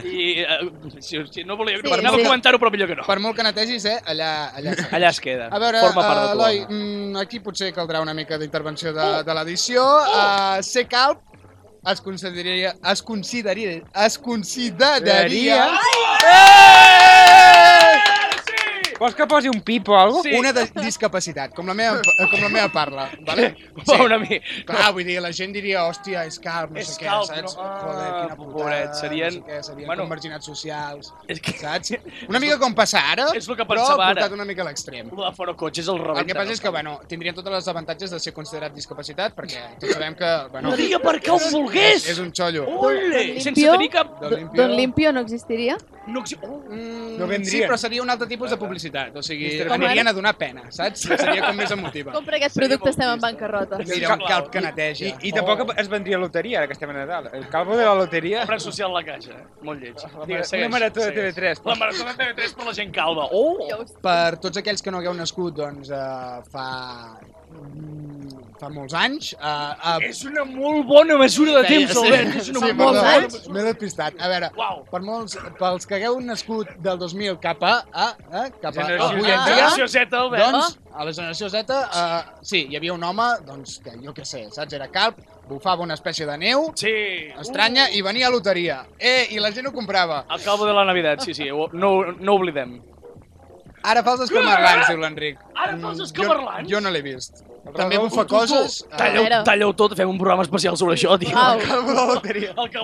I, eh, si, si no volia...
Sí,
Sí, anava
sí.
a comentar-ho, però millor que no.
per molt que netegis, eh, allà... allà,
Allà es queda.
A veure,
Forma part de
eh,
tu.
Eloi,
home.
mm, aquí potser caldrà una mica d'intervenció de, de l'edició. Uh, ser calp es consideraria... Es consideraria... Es consideraria...
Vols que posi un pip o alguna cosa?
Eh! Una de discapacitat, com la meva, eh, com la meva parla, vale?
Va, una mica.
Clar, vull dir, la gent diria, hòstia, és calp, no
És
sé què,
calp,
saps?
no? Ah,
Joder, quina putada,
pobret,
no
serien-
sé què, serien
Bueno.
bueno, com marginats socials,
És que
saps? Una mica com passa ara,
és lo que
però
pensava ara.
portat una mica a l'extrem.
el de fora cotxe és el rebenta.
El que passa és que,
no?
bueno, tindrien tots els avantatges de ser considerat discapacitat, perquè tots sabem que, bueno,
No diria per què ho volgués! Oh!
és un xollo.
Ole!
Don
Sense
Limpio.
tenir cap...
Del
Don-
limpio.
Don Limpio no existiria?
No, exi- oh,
Mm,
No vendrien.
Sí, però seria un altre tipus de publicitat. O sigui,
Com
anirien
ara?
a donar pena, saps? Seria com més emotiva.
Compra aquest producte, estem en bancarrota.
Mira, un calp que neteja. Oh.
I, i tampoc es vendria loteria, ara que estem a Nadal. El calvo de la loteria...
obra social la caixa. eh? Molt lleig.
Una marató de TV3.
La marató de TV3 per la gent calva. Oh!
Jo ho sé.
Per tots aquells que no hagueu nascut, doncs, eh, fa... mm, fa molts anys. Uh, uh,
És una molt bona mesura de temps, Albert. És una
sí,
molt
perdó,
bona mesura.
M'he despistat. A veure,
Uau.
per molts, pels que hagueu nascut del 2000 cap a, a, a cap a
Generació
avui
Z.
en dia,
Generació Z, Albert.
doncs, a la generació Z, uh, sí, hi havia un home, doncs, que jo què sé, saps, era calp, bufava una espècie de neu,
Sí.
estranya, i venia a loteria. Eh, i la gent ho comprava.
El calvo de la Navidad, sí, sí, ho- no, no oblidem.
Ara fa els escamarlans, diu l'Enric.
Ara fa els
Mm,
escamarlans?
Jo, jo no l'he vist. També bufa coses... eh,
Talla-ho
veure.
talla tot, fem un programa especial sobre això, tio.
Au.
El calvo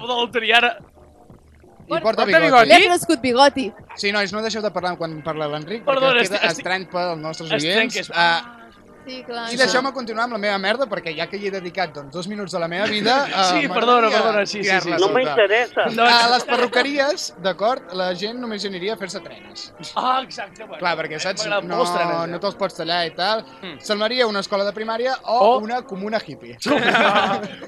de la loteria ara...
I porta
porta
bigoti.
Li ha crescut bigoti.
Sí, nois, no deixeu de parlar quan parla l'Enric,
Perdona,
perquè queda
estic- estic-
estrany pels nostres
Estrany
oients.
que és-
Uh,
Sí, clar.
I deixeu-me continuar amb la meva merda, perquè ja que hi he dedicat doncs, dos minuts de la meva vida... eh,
Sí,
m'agradaria
perdona, perdona, sí, sí, sí.
tirar-la a
No
sota.
m'interessa.
No,
A les perruqueries, d'acord, la gent només hi aniria a fer-se trenes.
Ah, exacte. Bueno.
Clar, perquè saps,
M'agrada
no,
molt els trenes, eh?
no te'ls pots tallar i tal.
Mm.
Salmaria una escola de primària o,
O-
una comuna hippie.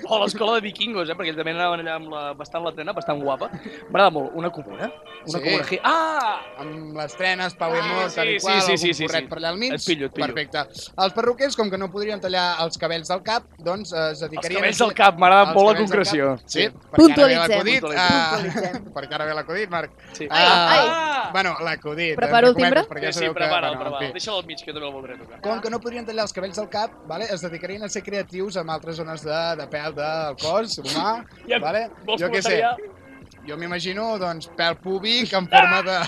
o l'escola de vikingos, eh? perquè ells també anaven allà amb la, bastant la trena, bastant guapa. M'agrada molt. Una comuna? Una
Sí.
comuna... hi- Ah!
amb les trenes, pau i
Ah,
mort,
sí,
tal i
sí,
qual,
sí, sí,
algun
sí,
porret
sí.
per allà al mig.
Et pillo, et pillo.
Perfecte. Els perruquers, com que no podrien tallar els cabells del cap, doncs eh, es
Els
dedicarien...
cabells al cap, m'agrada
Els
molt la
cabells al
concreció.
cap. Sí,
Puntualitzem.
Puntualitzem.
Puntualitzem.
Ah, perquè ara ve l'acudit, Marc.
Sí.
Ai, ai.
Ah!
Bueno, l'acudit.
Preparo
entre
el timbre?
cometes, Perquè ja
sí,
sabeu
sí, prepara'l,
que, bueno,
prepara'l.
en fi.
Deixa'l al mig, que jo també el voldré tocar.
Com que no podrien tallar els cabells del cap, vale, es dedicarien a ser creatius amb altres zones de, de pèl del cos humà.
Ja,
vale?
Vols
Jo què sé,
comentar
jo m'imagino, doncs, pèl púbic en forma de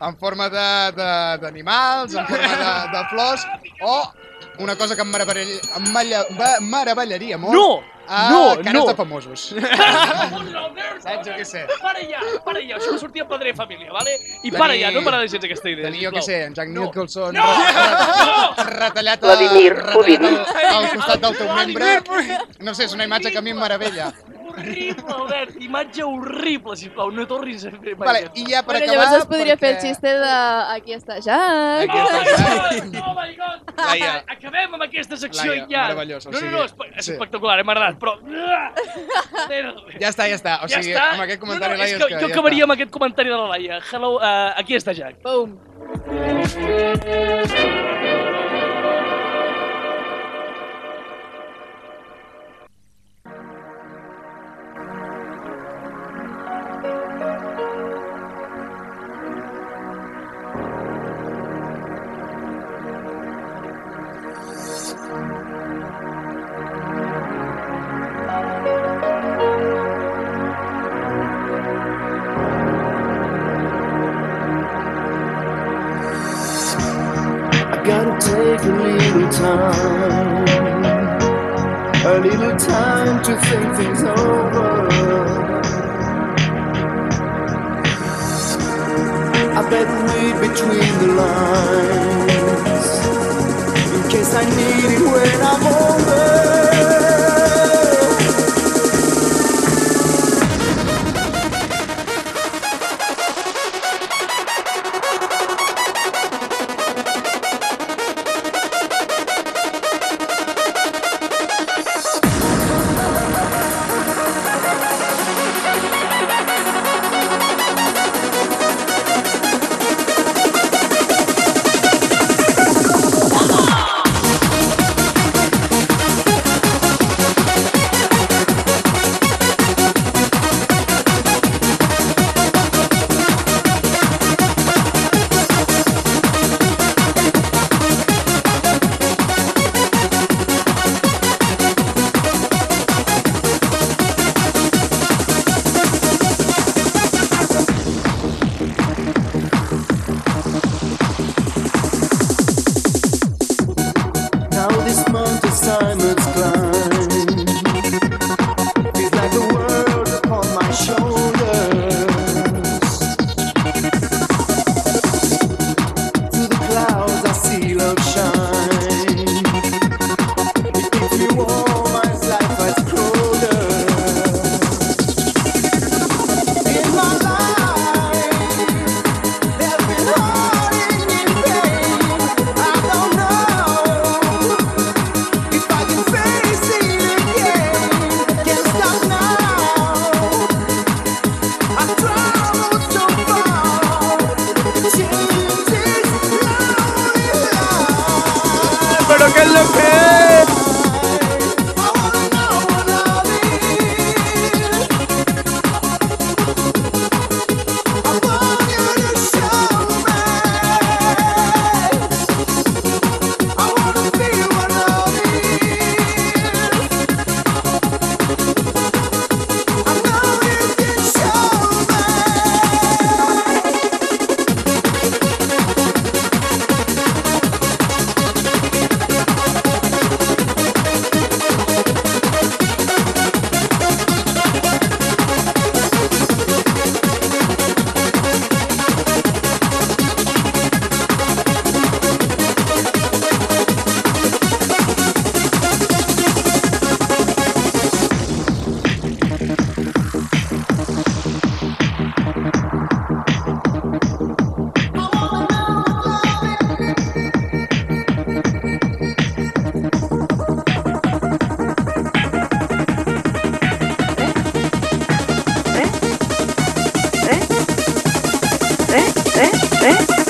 en forma de- de- d'animals, en forma de, de flors, o una cosa que em meravell- em malla- va- meravellaria
ja?
molt,
No!
a
no,
cares
no.
de famosos. Saps,
Saps,
jo què sé.
Para ja, para ja, això va sortir a Padre i Família, vale? I
Tenir-
para ja, no m'agrada gens aquesta idea.
Tenia, jo què
sisplau.
sé, en Jack
No.
Nicholson
No!
re- re- retallat, a,
Vladimir
retallat
Putin.
al, al costat del teu membre. No sé, és una imatge que a mi em meravella.
Horrible, Albert, imatge horrible, sisplau, no tornis a fer mai
Vale,
això.
I ja per
Bueno,
acabar...
llavors es podria fer el
perquè-
xiste de... Aquí està Jack.
Oh my god! Oh my god!
Laia.
Acabem amb aquesta secció
Laia,
ja.
meravellós, o
No, no,
sigui,
no, espe és
sí.
espectacular, eh, m'ha agradat, però...
Ja està, ja està. O sigui,
ja està.
amb aquest comentari,
no, no,
Laia,
és que,
és que
jo
ja
acabaria
està.
amb aquest comentari de la Laia. Hello, uh, aquí està Jack.
Boom.
I gotta take a little time, a little time to think things over. I bet read between the lines, in case I need it when I'm older.
Boom.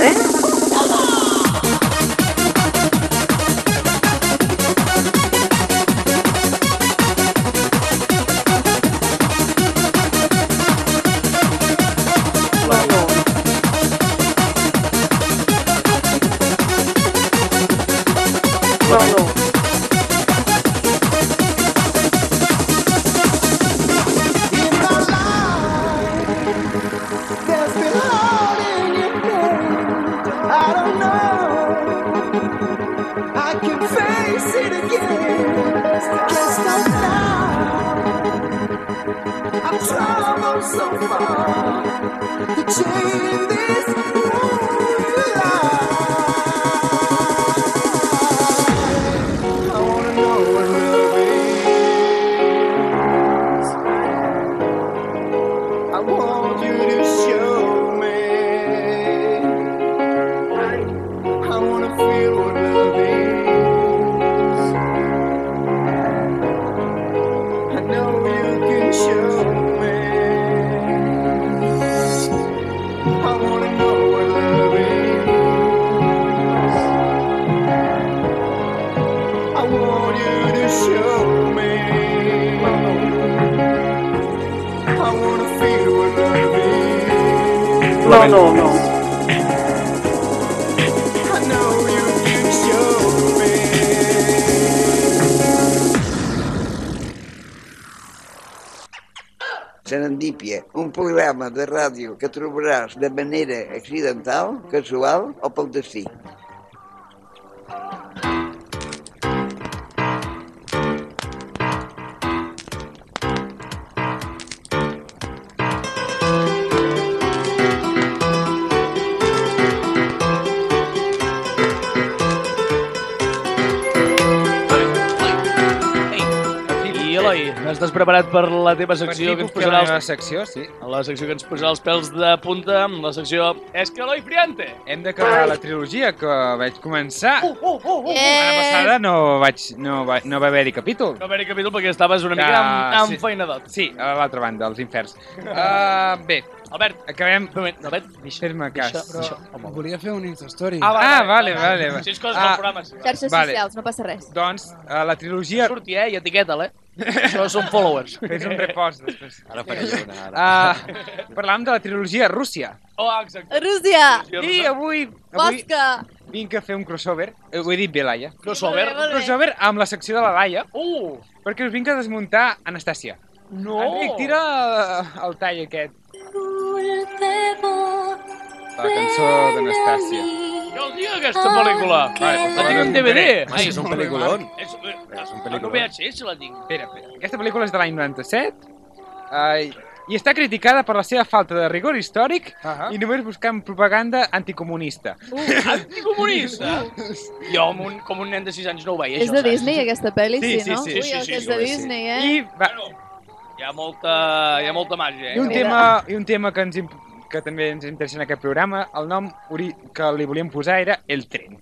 eh?
I can face it again. Can't stop now. I've traveled so far to change this rude life. I wanna know what love is. I want you to show me. I wanna feel what love is. I know you can show me. I wanna know what love is. I want you to show me. I wanna feel what love is.
No, no, no.
I know you can show me.
Serendípia, un programa de ràdio que trobaràs de manera accidental, casual o pel destí.
I, Eloi, estàs preparat per la teva secció
Per fi
que ens
puc fer la
posarà...
meva
Els...
secció, sí.
La secció que ens posarà els pèls de punta amb la secció... És que Eloi Friante!
Hem d'acabar la trilogia que vaig començar.
Uh, uh, uh, uh.
La
Eh.
Yeah.
passada no, vaig, no, va, no va haver-hi capítol.
No veuré capítol perquè estaves una mica amb,
Ah,
amb
sí.
feinadot.
Sí, a l'altra banda, els inferns. Uh, bé,
Albert,
acabem...
un moment, Albert, deixa.
Fes-me cas.
Deixa- deixa- home,
Volia fer un Instastory.
Ah, vale, vale, vale. vale.
Si és coses del
Ah,
programa, sí.
Xarxes
Vale.
socials, no passa res.
Doncs, uh, la trilogia...
Surti, eh, i etiqueta-la, eh? Això són followers.
Fes un repòs després.
Ara faré jo una, ara.
Uh, parlàvem de la trilogia Rússia.
Oh, exacte.
Rússia!
I avui, avui
Bosca!
vinc a fer un crossover. Eh, Ho he dit bé, Laia.
Crossover.
Molt bé, molt bé.
Crossover amb la secció de la Laia,
Uh!
perquè us vinc a desmuntar Anastàcia.
No!
Enric, tira eh, el tall aquest. La cançó d'Anastàcia.
Jo el tinc, aquesta pel·lícula.
Vale,
La tinc en DVD.
Sí, és un pel·liculón.
És, és
un
un
pel·lícula.
pel·lícula. No VHS la tinc.
Espera, espera. Aquesta pel·lícula és de l'any 97 eh, i està criticada per la seva falta de rigor històric
Ah,
i només buscant propaganda anticomunista.
Anticomunista. Jo, amb un, com un nen de 6 anys, no ho veia,
És
això,
de Disney, aquesta pel·li,
Sí,
sí,
sí,
no?
sí,
sí,
Ui, el
sí,
que és
sí,
de
sí.
Disney, eh?
I, va,
Hi ha molta, hi ha molta màgia, eh?
i, un
Mira.
tema, i un tema que, ens, imp- que també ens interessa en aquest programa, el nom ori que li volíem posar era El Tren.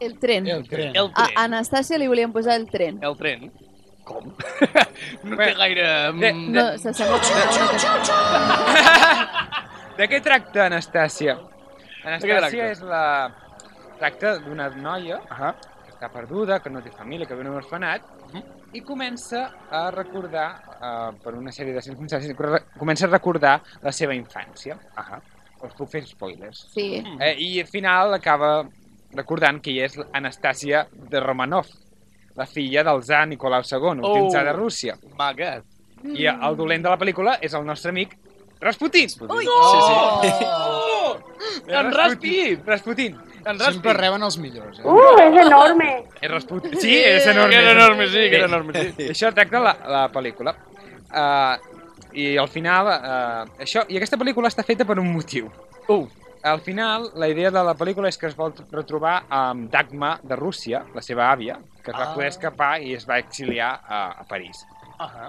El tren.
El tren.
El
A
tren.
Anastàcia li volien posar el tren.
El tren. Com? No té gaire...
De-
mm,
No, s'assembla com a una cançó.
De què tracta Anastàcia? Anastàcia
tracta?
és la... Tracta d'una noia que està perduda, que no té família, que viu en un orfenat, i comença a recordar, eh, per una sèrie de circumstàncies, re- comença a recordar la seva infància. Uh Us puc fer spoilers.
Sí.
Eh, I al final acaba recordant que ella és Anastàcia de Romanov, la filla del zar Nicolau II,
Oh.
oh. de Rússia.
Magat.
I el dolent de la pel·lícula és el nostre amic Rasputin.
Ui,
Sí, sí.
Oh!
En Rasputin.
Rasputin.
Sempre
En Rasputin.
reben els millors, eh?
Uh, és enorme.
És Rasputin. Sí, és enorme.
Que era enorme, sí, que era
Bé,
enorme, sí.
Això tracta la, la pel·lícula. Uh, I al final... Uh, això, I aquesta pel·lícula està feta per un motiu.
Uh.
Al final, la idea de la pel·lícula és que es vol retrobar amb Dagma de Rússia, la seva àvia, que es va
Ah.
poder escapar i es va exiliar a, a París.
Ah,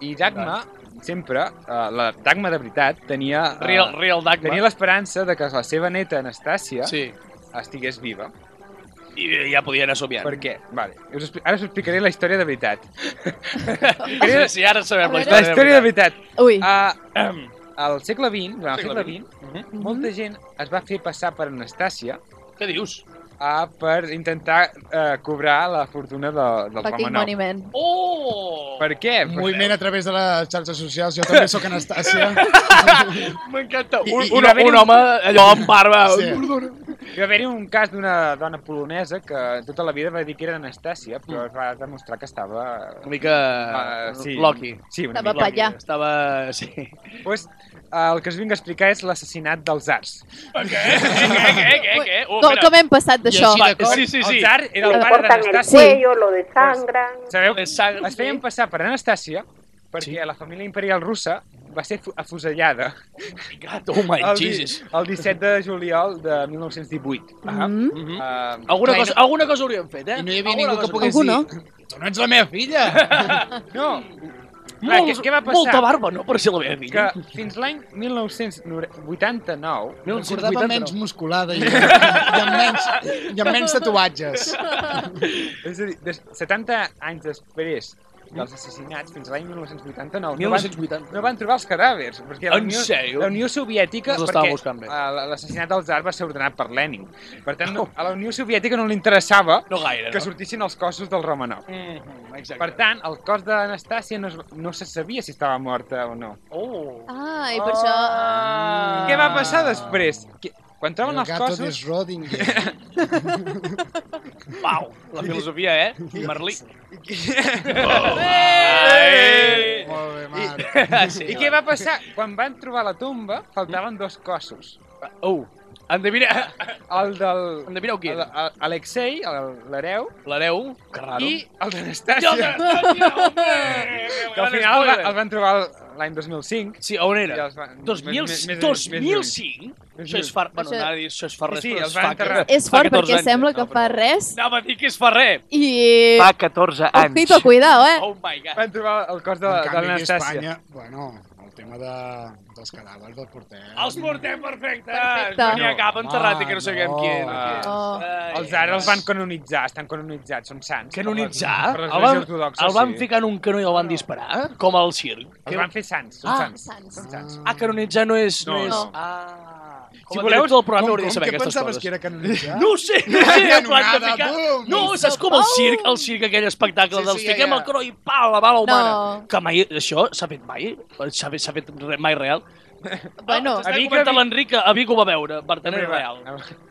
I Dagma, sempre, uh, la Dagma de veritat, tenia... eh,
Ah. Real, real Dagmar.
Tenia l'esperança de que la seva neta, Anastàcia,
Sí.
estigués viva.
I ja podia anar somiant.
Per què? Vale. Us expli- ara us explicaré la història de veritat.
Sí, sí, ara
A veure.
sabem la història.
Ah, La història de veritat.
Ui,
Uh, al segle XX, durant el
Segle Mhm.
segle XX, molta gent es va fer passar per Anastàcia.
Mm-hmm. Què dius?
Uh, per intentar uh, cobrar la fortuna de, del
Fucking
Home
money
Nou.
man.
Oh!
Per què?
Un moviment a través de les xarxes socials. Jo també sóc Anastàcia.
M'encanta.
I-
Un,
i
un,
va haver-hi
un
un-
home allò amb barba.
Sí.
Perdona.
Hi va haver un cas d'una dona polonesa que tota la vida va dir que era Anastàcia,
Mm.
però es va demostrar que estava...
Una mica uh,
Ah, sí.
eh, Loki.
Sí, una
Estava
mica.
pa allà.
Estava... Sí.
Pues, eh, el que us vinc a explicar és l'assassinat dels arts.
Ah, Què, Eh, què, què? què? Oh,
Com, com hem passat d'això?
Sí, sí, sí.
El
sí.
zar era el
Le
pare
cortan el
d'Anastàcia.
cuello, lo desangran.
Sabeu?
De sang-
Es feien passar per Anastàcia perquè la família imperial russa va ser fu- afusellada
God, oh my
el, di-
Jesus.
el 17 de juliol de 1918.
Mhm.
Mhm.
Uh,
Alguna cosa, alguna cosa hauríem fet, eh?
I no hi havia
Alguna
ningú que
cosa
pogués
Algú
dir...
no?
Tu no ets la meva filla!
No, clar,
Molts,
què- què va passar?
Molta barba, no? Per ser la meva
que
filla.
fins l'any 1989
Em Recordava
1989.
menys musculada i, i, amb menys, i amb menys tatuatges.
És a dir, des, 70 anys després dels assassinats, fins a l'any 1989, no van,
1980.
no van trobar els cadàvers. Perquè la
En
Unió,
sèrio?
La Unió Soviètica...
Els estava
perquè
buscant bé.
eh, l'assassinat del zar va ser ordenat per Lenin. Per tant,
Oh.
no, a la Unió Soviètica no li interessava
No gaire,
que Mm,
no?
sortissin els cossos del Romanov.
Mhm, Exacte.
Per tant, el cos de l'Anastàcia no, es- no se sabia si estava morta o no.
Oh.
Ah, i per això...
Ah. Què va passar després? Que, quan troben
El
els
gato de
cossos...
Schrödinger.
Pau, la filosofia, eh? Merlí. Oh.
Molt bé, Marc.
I què va passar? Quan van trobar la tomba, faltaven dos cossos.
Oh, endevina,
el del...
endevineu qui
el-
era?
el- Alexei, el- l'hereu,
L'hereu? Que raro.
i el
Jo,
d'Anastàcia, que al
al
final el, va- el van trobar el- l'any 2005.
Sí, on
I
era?
els van-
2000,
més- més- més lluny.
2005?
Més
Això és
lluny.
far... Bueno,
Això-
anava a dir, això és farrer,
Sí, sí,
però
els
es
van
fa
enterrar.
que-
És
fa
fort
14
perquè
anys.
sembla que
No,
fa
però-
res
Anava a dir que és farrer.
i...
Fa 14
Ojito, cuidao, eh?
Oh my god.
Van trobar el cos de,
En
de
canvi, aquí a
l'Anastàcia.
Espanya, bueno, el tema de, dels cadàvers del porter...
Els portem perfectes!
Perfecte.
No n'hi ha
No,
cap enterrat i
home,
que Ah, no sabem
no.
qui era.
Oh.
Els ara els van canonitzar, estan canonitzats, són sants.
canonitzar?
Per
El
l'església
van,
ortodoxa,
el van
sí.
ficar en un canó i el van disparar? Com al circ?
Els van fer sants, són
Ah.
sants.
Sants.
Són sants.
Ah, canonitzar no és... No,
No,
és...
no.
Ah.
Si
Si
voleu,
voleu, el programa
Com,
hauria de
com,
saber
què
aquestes
pensaves
coses.
que era canonitzar?
No ho sé, no ho sé,
Una
en plan de
canonada,
ficar...
bum!
No, saps com el circ, el circ, aquell espectacle
Sí,
sí, dels
sí, ja,
fiquem
ja.
el canó i pa, la bala humana.
No.
Que mai, això s'ha fet mai? S'ha fet, s'ha fet re- mai real?
Bueno,
S'està
a Vic, a
comentant
Vic.
l'Enric, que a Vic ho va veure, per tant és
També va-
real.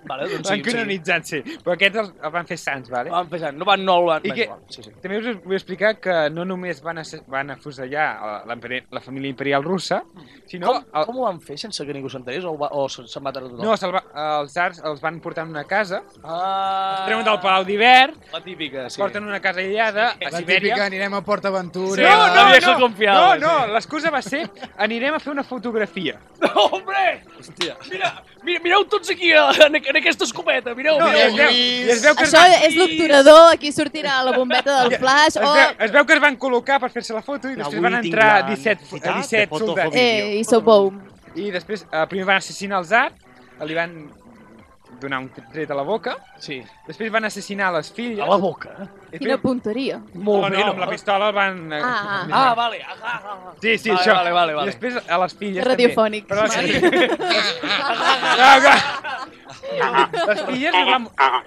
Vale, doncs
Van
sí, sí.
canonitzat, sí. Però aquests els, els van fer sants, vale?
Van pesant, no van nou, van...
I que-
Bé, Sí, sí.
També us vull explicar que no només van, asse- van afusellar a la, la família imperial russa, sinó...
Com,
el-
com ho van fer sense que ningú s'enterés o, ho va, o se- se'n va tardar tothom?
No, se'l va, els arts els van portar en una casa,
Ah,
treuen del Palau d'Hivern,
La típica,
sí.
sí.
porten una casa aïllada a
La típica,
Sibèria.
anirem a Port Aventura...
Sí, no, no, vieja
no, no,
confiada,
no, l'excusa va ser anirem a fer una fotografia.
No, hombre! Hòstia. Mira, mira, mireu tots aquí, eh, en, en aquesta escopeta, mireu.
No, i
mireu.
es veu, i es veu que es
això
van,
és l'obturador, aquí sortirà la bombeta del flash,
es
o...
veu, es veu que es van col·locar per fer-se la foto i després van entrar 17, fo- 17 soldats.
Eh, i sopou.
I després, eh, primer van assassinar el zar, li van donar un tret a la boca,
Sí,
després van assassinar les filles,
a la boca. eh?
després-
Quina punteria.
Molt
no,
bé,
no, amb la pistola el van... eh,
Ah, ah.
Ah, vale. Ah, ah, ah.
Sí, sí,
vale,
això.
Vale, vale, vale.
I després a les filles
Radiofònic.
també. Però
Vale.
Ah, les filles no van,
ah.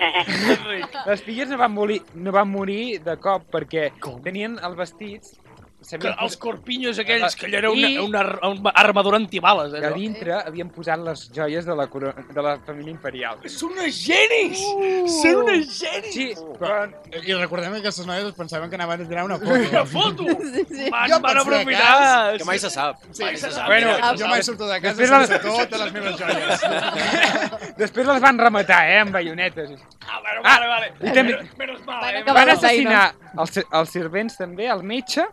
les filles no van, morir, no van morir de cop perquè
Com?
tenien els vestits
Que
s'havien
els
posat,
corpinyos aquells que allò era
I-
una, una, ar- una armadura antibales.
a
Eh?
dintre havien posat les joies de la, coro- de la família imperial.
Són unes genis! Uh. Són unes genis!
Sí, però
I recordem que aquestes noies es pensaven que anaven a tirar una
Una
foto.
foto!
Sí, sí.
Van,
Jo
van
pensé,
aprofitar!
Que mai se sap. Sí.
Mai se sap.
Bueno,
mira,
Jo
se
mai
sap.
surto de casa
Després la-
sense totes les meves joies.
després les van rematar, eh, amb baionetes.
Ah, bueno, vale, vale.
i també-
Menos- Menos mal,
Van
eh?
acabar
Van
la feina.
assassinar els, els servents també, el metge.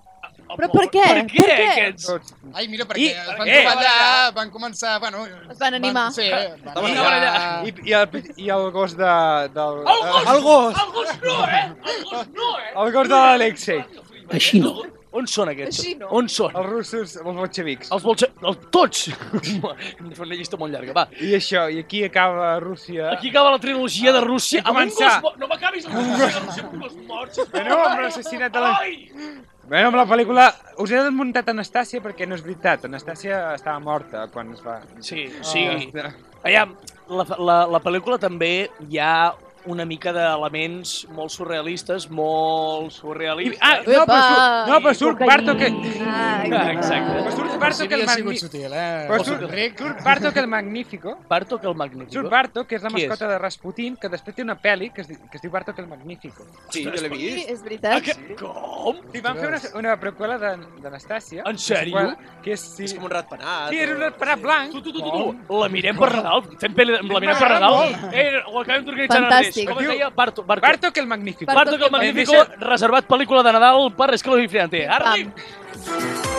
Però per què?
Per què,
Per què?
aquests?
Tots.
Ai, mira,
I-
perquè es van
eh,
trobar allà, van començar... Bueno,
Es van animar.
sí, van
Estaven
animar.
allà.
I, i, el, i el gos de... Del,
El gos!
El gos!
El gos no, eh? El gos no, eh?
el gos de l'Alexei.
Així no. On són aquests?
Així no.
On són?
Els russos, els bolxevics.
Els bolxe... El... Tots! Hem de fer una llista molt llarga, va.
I això, i aquí acaba Rússia.
Aquí acaba la trilogia de Rússia.
començar.
Amb un gos mort. No m'acabis la trilogia de Rússia amb un gos mort. sisplau.
Eh, no, amb l'assassinat de la-
Ai!
Bé, amb la pel·lícula us he desmuntat Anastàcia perquè no és veritat. Anastàcia estava morta quan es va... Ah,
Sí, sí. Aviam, la, la, la pel·lícula també hi ha una mica d'elements molt surrealistes, molt surrealistes...
Ah, no, però surt, no, però surt Barto que...
Ah, exacte.
Però surt Barto que el
Hauria sigut
magnífico.
sutil, eh?
Però surt, surt Barto que el magnífico.
Barto que el magnífico.
Surt Barto, que és la
Qui és?
mascota de Rasputin, que després té una pel·li que es, di- que es diu Barto que el magnífico.
Sí, jo l'he
Sí,
vist.
és veritat.
Com?
Sí, van fer una, una prequela de- d'Anastàcia.
En sèrio?
Seqüela, Que és, sí,
És com un ratpenat.
sí, és un esperat blanc. Oh.
Tu, tu, tu, tu, tu. La mirem per Nadal. Fem pel·li de- amb la mirem per
M'agrada
Nadal. Eh, ho acabem d'organitzar en Andrés.
Fantàstic.
Com es deia? Barto, Barto. Barto,
Barto que el magnífico.
Barto
que el
que-
Magnífico,
Eh, deixa-
reservat pel·lícula de Nadal per Escalo i Friante. Ara
Pam.
arribem.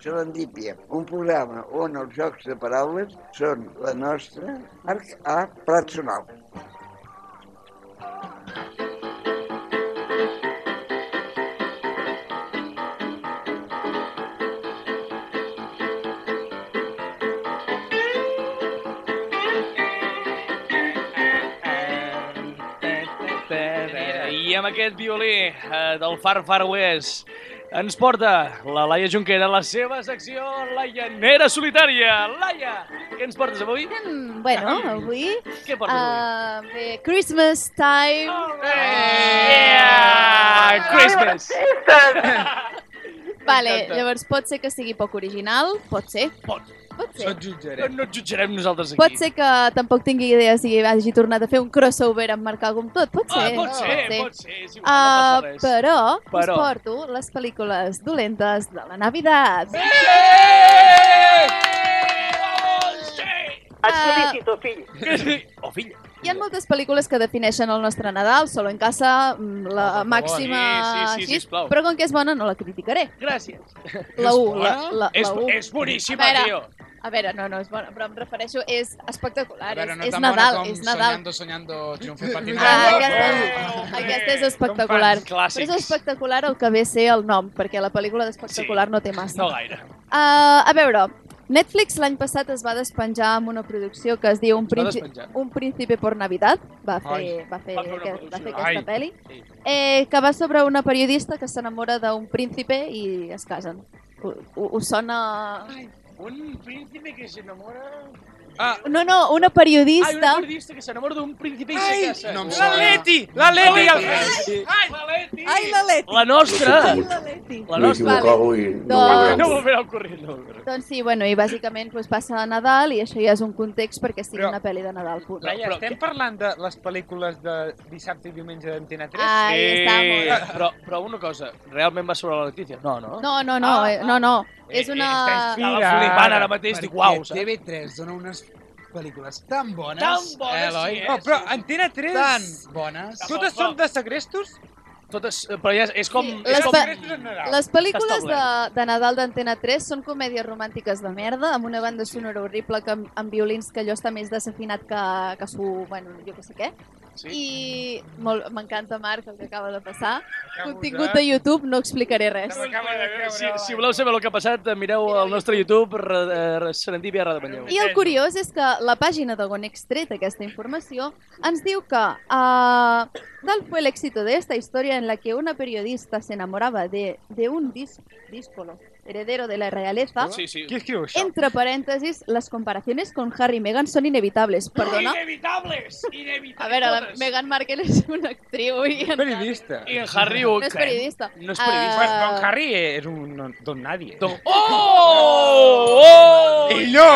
Serendípia, un programa on els jocs de paraules són la nostra marc a Prat Sonal.
I amb aquest violí eh, del Far Far West ens porta la Laia Junquera a la seva secció La Llanera Solitària. Laia, què ens portes avui?
Mm, Bueno, avui...
Què portes avui? Ah,
Uh, bé, Christmas time.
Yeah! Christmas!
Vale,
M'encanta.
llavors pot ser que sigui poc original, pot ser.
Pot.
Pot ser.
No et jutjaré.
No, no et jutjarem nosaltres aquí.
Pot ser que tampoc tingui idees i hagi tornat a fer un crossover amb Marc Algom tot, pot
Ah,
ser.
pot ser, pot ser. Pot ser. és igual,
Ah,
no passa res.
però,
Però.
us porto les pel·lícules dolentes de la Navidad.
Et
Ah.
felicito, fill.
Eh! Oh, fill.
Hi ha moltes pel·lícules que defineixen el nostre Nadal, solo en casa, mm, la
Ah, per favor.
màxima...
Sí, sí, sí,
així,
sisplau.
però com que és bona no la criticaré.
Gràcies.
La 1, la,
bona?
la,
És,
la 1.
és boníssima,
A veure.
tio.
A veure, no, no és bona, però em refereixo, és espectacular,
A veure,
és, és
tan bona
Nadal,
com
és Nadal.
Soñando, soñando, triunfo patinando.
Ah,
Eh,
aquesta,
hombre.
aquesta és espectacular.
Com fans clàssics.
Però és espectacular el que ve a ser el nom, perquè la pel·lícula d'espectacular
Sí.
no té massa.
No gaire.
Uh, a veure, Netflix l'any passat es va despenjar amb una producció que es diu Un,
Es va
princi
despenjar.
un príncipe por Navidad, va fer,
Ai.
va fer,
Va fer una
aquest, va fer
producció.
aquesta
Ai.
pel·li,
Sí.
eh, que va sobre una periodista que s'enamora d'un príncipe i es casen. Ho, ho, ho sona...
Un príncipe que s'enamora...
Ah,
No, no, una
Ai, una
periodista...
periodista que s'enamora d'un príncipe i se casa.
no em
la
sona.
Leti!
La Leti! El...
Ai, la Leti!
Ai, la Leti!
La nostra!
Ai, la Leti!
La nostra.
i
Doncs-
No volverà a ocurrir, no volverà.
Doncs sí, bueno, i bàsicament doncs, passa a Nadal i això ja és un context perquè sigui
Però-
una pel·li de Nadal, punt.
Laia,
Però-
estem parlant de les pel·lícules de dissabte i diumenge d'Antena 3?
Ah.
Ai, està molt...
Eh, Però, però una cosa, realment va sobre la Letícia? No, no?
No, no, no,
Ah,
eh, no, no.
Eh,
És una...
està Estava flipant ara mateix, dic, uau, saps?
TV3 dona unes pel·lícules tan bones,
Tan bones,
Eloi,
sí, eh?
No, Oh, però Antena 3...
tan bones.
Totes són de segrestos?
Totes, eh, però ja és, és com...
Sí,
és
les
com
pa-
Segrestos en Nadal.
Les pel·lícules de,
establert.
de Nadal d'Antena 3 són comèdies romàntiques de merda, amb una banda sonora horrible que, amb, amb violins que allò està més desafinat que, que su... Bueno, jo què sé què.
Sí.
I molt- m'encanta, Marc, el que acaba de passar. Contingut de YouTube, no explicaré res.
Eh, Si, si voleu saber el que ha passat, eh, mireu el nostre YouTube, Ra- eh, Serendipia Ràdio Manlleu.
I el curiós és que la pàgina d'on extret aquesta informació ens diu que uh, tal fue el éxito de esta historia en la que una periodista se enamoraba de, de un dis díscolo heredero de la realeza.
Sí, sí.
Qui escriu això?
Entre paréntesis, las comparaciones con Harry y Meghan son inevitables, perdona.
Inevitables!
A
Inevitables!
veure, la Meghan Markle és una actriu i...
Periodista.
I en Harry ho
No és
crem.
periodista.
No és periodista.
Ah.
Bueno, Don Harry és un no- don nadie.
Don- Oh! Oh!
Ell no!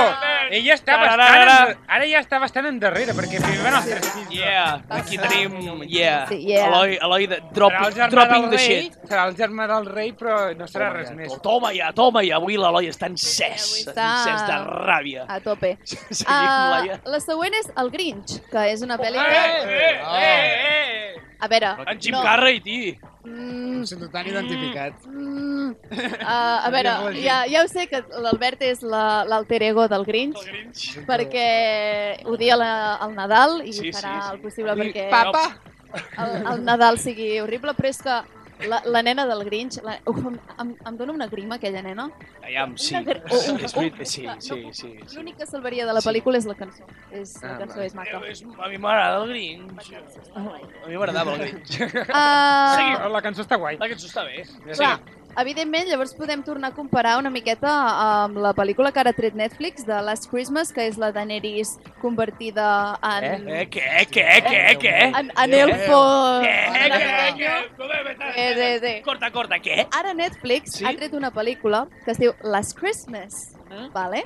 Ell ja està
Tararara.
bastant... en- Ara ja està bastant endarrere, perquè primer van els tres fills.
Yeah, aquí tenim... Yeah.
Sí, yeah.
Eloi, Eloi de drop,
Serà el germà
dropping
del
the
rei,
shit.
serà el germà del rei, però no serà res més.
Toma ja, toma ja. Avui l'Eloi està encès.
Avui està- Ah.
Encès de ràbia.
A tope.
Seguim,
Uh,
Laia.
la següent és El Grinch, que és una pel·li
Eh,
que...
eh,
Oh.
eh, eh.
A veure...
En Jim
Ah. no,
Carrey, ti.
mm,
Em sento tan identificat.
Mm, uh, a veure, ja, ja ho sé que l'Albert és la- l'alter ego del Grinch, perquè odia la, el Nadal i
Sí, sí,
farà
sí.
el possible
I
perquè
papa.
el, el Nadal sigui horrible, però és que La, la nena del Grinch, la, uf, em, em, em dóna una grima aquella nena.
Aviam, sí.
Una gr-
Sí,
o- o-
és veritat, sí,
no,
sí, sí. sí.
L'únic que salvaria de la pel·lícula és la cançó. És, la
Ah,
cançó
vale.
és maca.
Eh, és- a mi m'agrada el Grinch. A mi m'agradava el Grinch.
Ah.
Seguim.
La cançó està guai.
La cançó està bé.
Clar, evidentment, llavors podem tornar a comparar una miqueta amb la pel·lícula que ara ha tret Netflix, de Last Christmas, que és la Daenerys convertida en...
Eh, eh, què, què, què, què?
En, en elfo...
Què, què, què?
Eh, eh, eh.
Corta, corta, què?
Ara Netflix sí? ha tret una pel·lícula que es diu Last Christmas, mm? vale?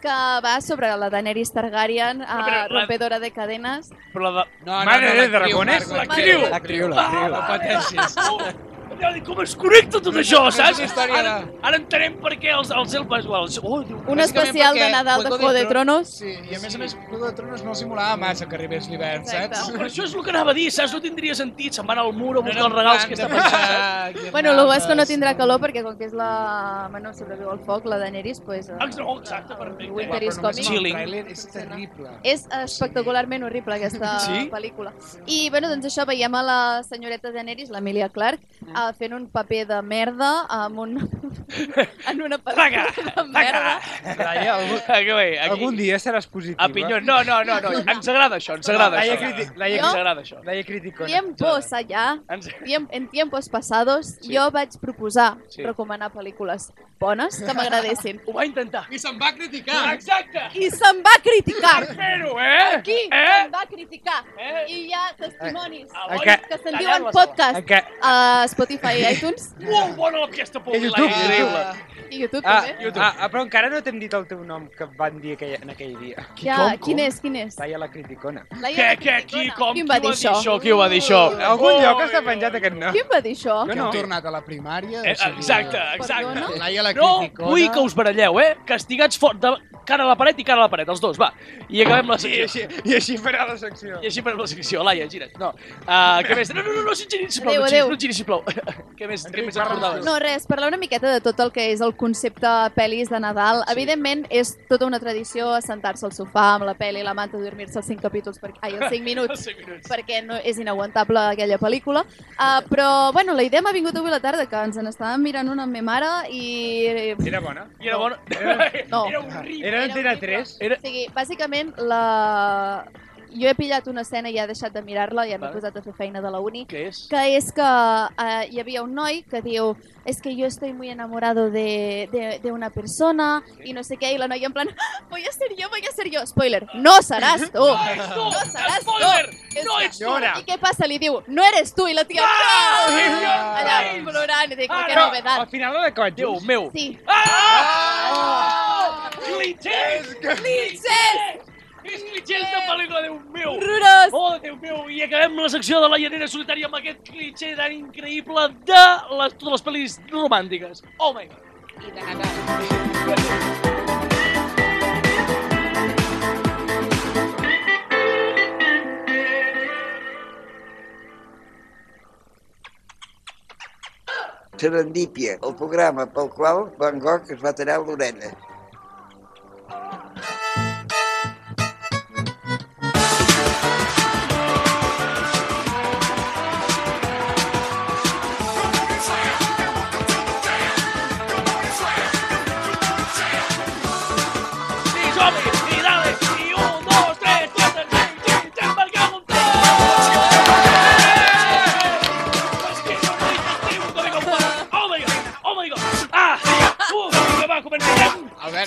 que va sobre la Daenerys Targaryen, no, la...
però la-
rompedora de cadenes.
Però la...
No,
Mare de dragones?
L'actriu!
L'actriu, l'actriu.
No pateixis.
Ja, dic, com es connecta tot això,
és una
saps?
història
Ara, ara entenem per què els, els elfes... Els... Oh, Déu,
Un especial de Nadal de Juego de Tronos.
Sí, i a més a més, Juego de Tronos no simulava massa que arribés l'hivern,
Exacte.
saps?
per això és el que anava a dir, saps? No tindria sentit, se'n van al mur a buscar els regals que està passant.
passant.
Bueno, el que és que no tindrà calor perquè com que és la... Bueno, sobreviu al foc, la Daenerys, pues, eh,
Ex- oh, Exacte, perfecte.
Winter is coming.
Chilling.
És terrible.
És espectacularment horrible aquesta
Sí?
pel·lícula. I bueno, doncs això, veiem a la senyoreta Daenerys, l'Emilia Clark, uh, fent un paper de merda amb un... en una
Vaga!
pel·lícula de merda.
Vaga!
Laia, algun,
Aquí, bé, aquí.
algun dia seràs positiva.
A pinyon. No, no, no, no. Ens agrada això, ens agrada
Laia,
això.
criti Laia,
Ens agrada això.
Laia criticona.
Tiempos allà,
Ens...
tiemp, en tiempos passados,
Sí.
jo vaig proposar
Sí.
recomanar pel·lícules bones que m'agradessin.
Ho va intentar.
I se'n va criticar.
Exacte!
I se'm va criticar!
Però, eh?
Aquí
Eh?
se'm va criticar!
Eh?
I hi ha testimonis
Ah,
que-
que se'n
Talleu
diuen
la sala.
podcast
Enca...
a Spotify i iTunes
Molt bona aquesta pel·li,
Que
Laia,
YouTube.
increïble.
i YouTube
Ah,
també.
ah, ah, però encara no t'hem dit el teu nom que et van dir aquell, en aquell dia.
Ja, quin és, quin és?
Laia la criticona.
Laia
Què, què,
Criticona.
qui, com,
Qui em va dir això?
Qui ho va dir això?
En algun
Ui,
lloc està
ui,
penjat aquest nom.
Oh! Qui em va dir això?
Que
Jo no.
hem tornat a la primària.
Eh,
o sigui,
exacte, exacte.
Perdona?
Laia la
No,
criticona.
vull que us baralleu, eh? Castigats fort, de cara a la paret i cara a la paret, els dos, va. I acabem la
I
secció.
així, I així farà la secció.
I així per la secció, Laia, gira't. No, uh, què més? No, no, no, no, si et giris, sisplau,
Adéu,
no et giris,
adéu.
no et giris, sisplau. què més, què
Enric,
més et portaves?
No, res, parlar una miqueta de tot el que és el concepte pel·lis de Nadal. Sí. Evidentment, és tota una tradició sentar-se al sofà amb la pel·li, la manta, dormir-se els 5 capítols, per... ai, els 5 minuts,
Els cinc minuts.
perquè no, és inaguantable aquella pel·lícula. Uh, però, bueno, la idea m'ha vingut avui a la tarda, que ens en estàvem mirant una amb ma mare i...
Era bona.
I era bona.
No.
Era horrible.
Era Antena
horrible.
3.
Era-
O sigui, bàsicament, la... jo he pillat una escena i he deixat de mirar-la i ja m'he
Vale.
posat a fer feina de la uni
Què és?
que és que eh, hi havia un noi que diu és es que yo estoy muy enamorado de, de, de una persona i no sé què, i la noia en plan "Ah, voy a ser yo, voy a ser yo. Spoiler, no seràs tu.
No ets tu!
No seràs tu.
Spoiler!
És
No
que-
ets tu!
I què passa? Li diu, no eres tu, i la tia... No!
Ah!
Allà plorant, i dic,
Ah,
ah, que
no.
Al
novedat.
final la de Cotxos.
Déu meu.
Sí.
Ah! Clichés!
Clichés!
És clichés de pel·lícula, Déu meu!
Horrorós!
Oh, Déu meu, i acabem la secció de la llanera solitària amb aquest cliché tan increïble de les, totes les pel·lis romàntiques. Oh my god.
Serendípia, el programa pel qual Van Gogh es va tallar l'orella.
Sí, som i dale, i un, dos, tres, quatre, cinc, cinc, cinc, perquè el muntó! És que no vull dir un cop i com para. Oh my god, oh my god. Ah, uf, que va, comencem.
Albert.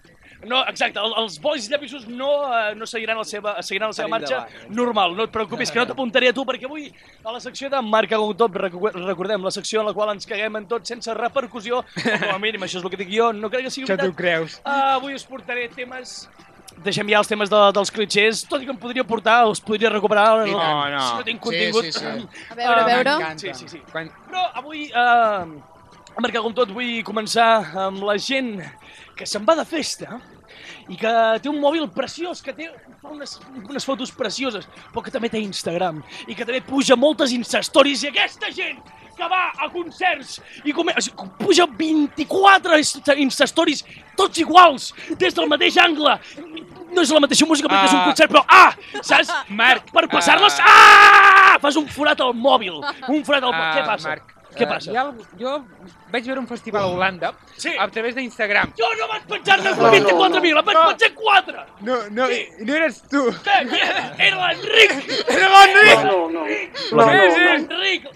No, exacte, el- els bois llapisos no, eh, no seguiran la seva, seguiran la seva
Anem
marxa
endavant, endavant.
normal, no et preocupis, que no t'apuntaré a tu, perquè avui a la secció de Marca Gong Top, recu- recordem, la secció en la qual ens caguem en tot sense repercussió, o com a mínim, això és el que dic jo, no crec que sigui
Això t'ho
veritat.
creus.
Uh, avui us portaré temes deixem ja els temes de, dels clichés, tot i que em podria portar, els podria recuperar
I
no,
tant. No, no.
si no tinc
Sí,
contingut.
sí, sí.
A
Ah,
veure, a veure...
m'encanta.
Sí, sí, sí.
Quan...
Però avui, eh, a marcar com tot, vull començar amb la gent que se'n va de festa i que té un mòbil preciós, que té fa unes, unes fotos precioses, però que també té Instagram i que també puja moltes Instastories i aquesta gent que va a concerts i com... puja 24 Insta- Instastories, tots iguals, des del mateix angle. No és la mateixa música perquè és un
Ah.
concert, però ah, saps? Marc, per passar-les, ah! Fas un forat al mòbil, un forat al...
Ah,
Què passa?
Marc,
Què
eh,
passa?
hi ha algú- jo vaig veure un festival a Holanda
sí.
a través d'Instagram.
Jo no vaig penjar-ne 24.000, en vaig penjar 4!
No, no, no eres tu.
Què? Què? Era l'Enric!
Era l'Enric!
No,
no.
No,
Sí, sí.
no, Enric!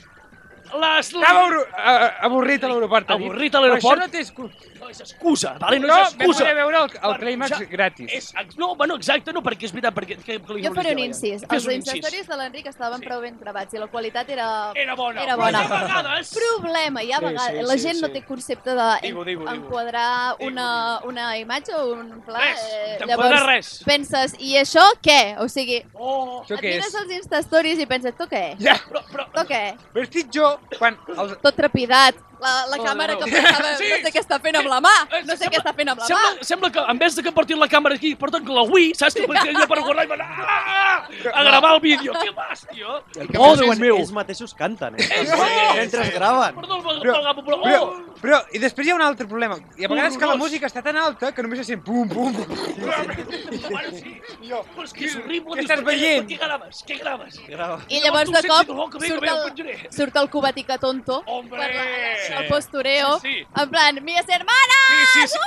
Les...
Estava abru- a- a- avorrit a l'aeroport.
Avorrit a l'aeroport?
Però això no té excusa.
No és excusa, vale? no,
No,
és excusa.
vam poder veure el- el
Per-
clímax
ja-
gratis.
És, ex- no, bueno, exacte, no, perquè és veritat, perquè... Que, que li
Jo faré un
volia dir,
incís.
Fes
Els
un incís.
insertoris de l'enric estaven prou ben gravats i la qualitat era...
Era bona.
Era bona.
Però hi ha vegades-
Problema, hi ha
Sí,
vegades.
sí,
la
sí,
gent no
sí.
té concepte de
Digo, digo, digo.
enquadrar una, una imatge o un pla.
Res,
eh,
t'enquadra
llavors
res.
penses, i això què? O sigui,
oh,
Això
et
què
mires
és?
els instastories i penses, tu què?
Ja,
Tu què?
però estic jo quan... Els...
Tot trepidat. La, la
No,
càmera
Oh, no.
que pensava,
Sí.
no sé què està fent amb la mà. No sé què està fent amb la mà.
Eh, Sembla, sembla que en vez de que portin la càmera aquí, porten la Wii, saps? Que porten allà per guardar i van ah, ah, a gravar el vídeo. Què vas, tio?
Oh, Déu meu! Ells mateixos canten, eh? Mentre es graven.
Perdó, el
Però-
vagabund, però...
Però,
Oh!
però, i després hi ha un altre problema. I a vegades que la
Horrorós.
música està tan alta que només se sent pum, pum, pum.
Bueno, sí. Però és que és horrible.
Què
dius,
estàs
per
veient?
Per què graves? Què graves?
Grava.
I llavors de cop
tu sents i dius, oh, que bé,
surt
que bé,
el,
ho penjaré.
surt el cubatica tonto
Hombre!
per la, el postureo,
Sí, sí.
en plan, mis hermanas!
Sí, sí, sí.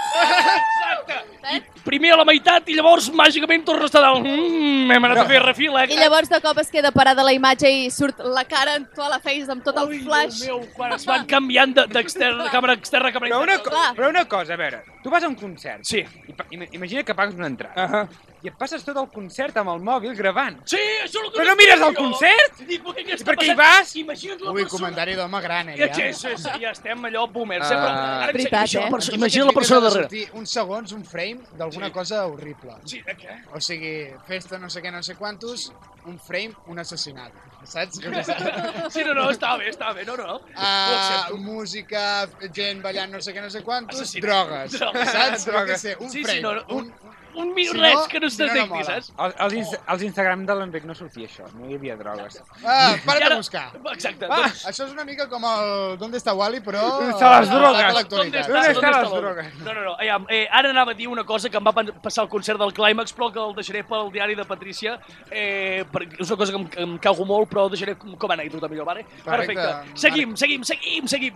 Exacte. I primer a la meitat i llavors màgicament tornes a estar dalt. Mm, hem anat a fer refil, eh?
I llavors de cop es queda parada la imatge i surt la cara en tota la face, amb tot el
Ui, Déu
flash.
meu, quan es van canviant de, d'externa, de càmera externa a càmera
Però una,
interna.
co-
Clar.
però una cosa, a veure, tu vas a un concert.
Sí.
I, pa- ima- imagina que pagues una entrada. Uh -huh. I et passes tot el concert amb el mòbil gravant.
Sí, això és el que...
Però no
estic
mires el
jo.
concert?
Dic, però què està
Per què hi
passant?
vas?
Imagina't la
Ui,
persona...
comentari d'home gran, eh?
Ja, ja, ja, ja, ja estem allò boomers, eh?
Ah.
Però ara,
Veritat,
imagina,
eh?
la persona, imagina la persona darrere.
Uns segons, un frame d'alguna
Sí.
cosa horrible.
Sí, eh, què?
O sigui, festa no sé què, no sé quantos, un frame, un assassinat. Saps? Jo què sé.
Sí, no, no, està bé, està bé, no, no. Ho
Uh,
accepto.
música, gent ballant no sé què, no sé quantos,
Assassinat.
drogues. Saps? Jo què sé, un
Sí, sí,
frame.
no, no,
un...
Un mi,
Si no,
res que no es
si no, no
detecti,
mola.
saps?
Als, als, inst- als Instagram de l'Enric no sortia això, Oh. no hi havia drogues.
Ah,
I
para't
ara-
a buscar.
Exacte,
Ah,
doncs...
Això és una mica com el D'on està Wally, però...
Està a les drogues.
adaptat a
¿Dónde
l'actualitat.
está?
¿Dónde están
está
las
Bono?
drogas?
doncs, No, no, no. aviam, eh, ara anava a dir una cosa que em va pan- passar al concert del Clímax, però que el deixaré pel diari de Patrícia. Eh, perquè és una cosa que em, que em cago molt, però el deixaré com, com a anècdota millor, vale?
Perfecte.
Seguim, seguim, seguim, seguim.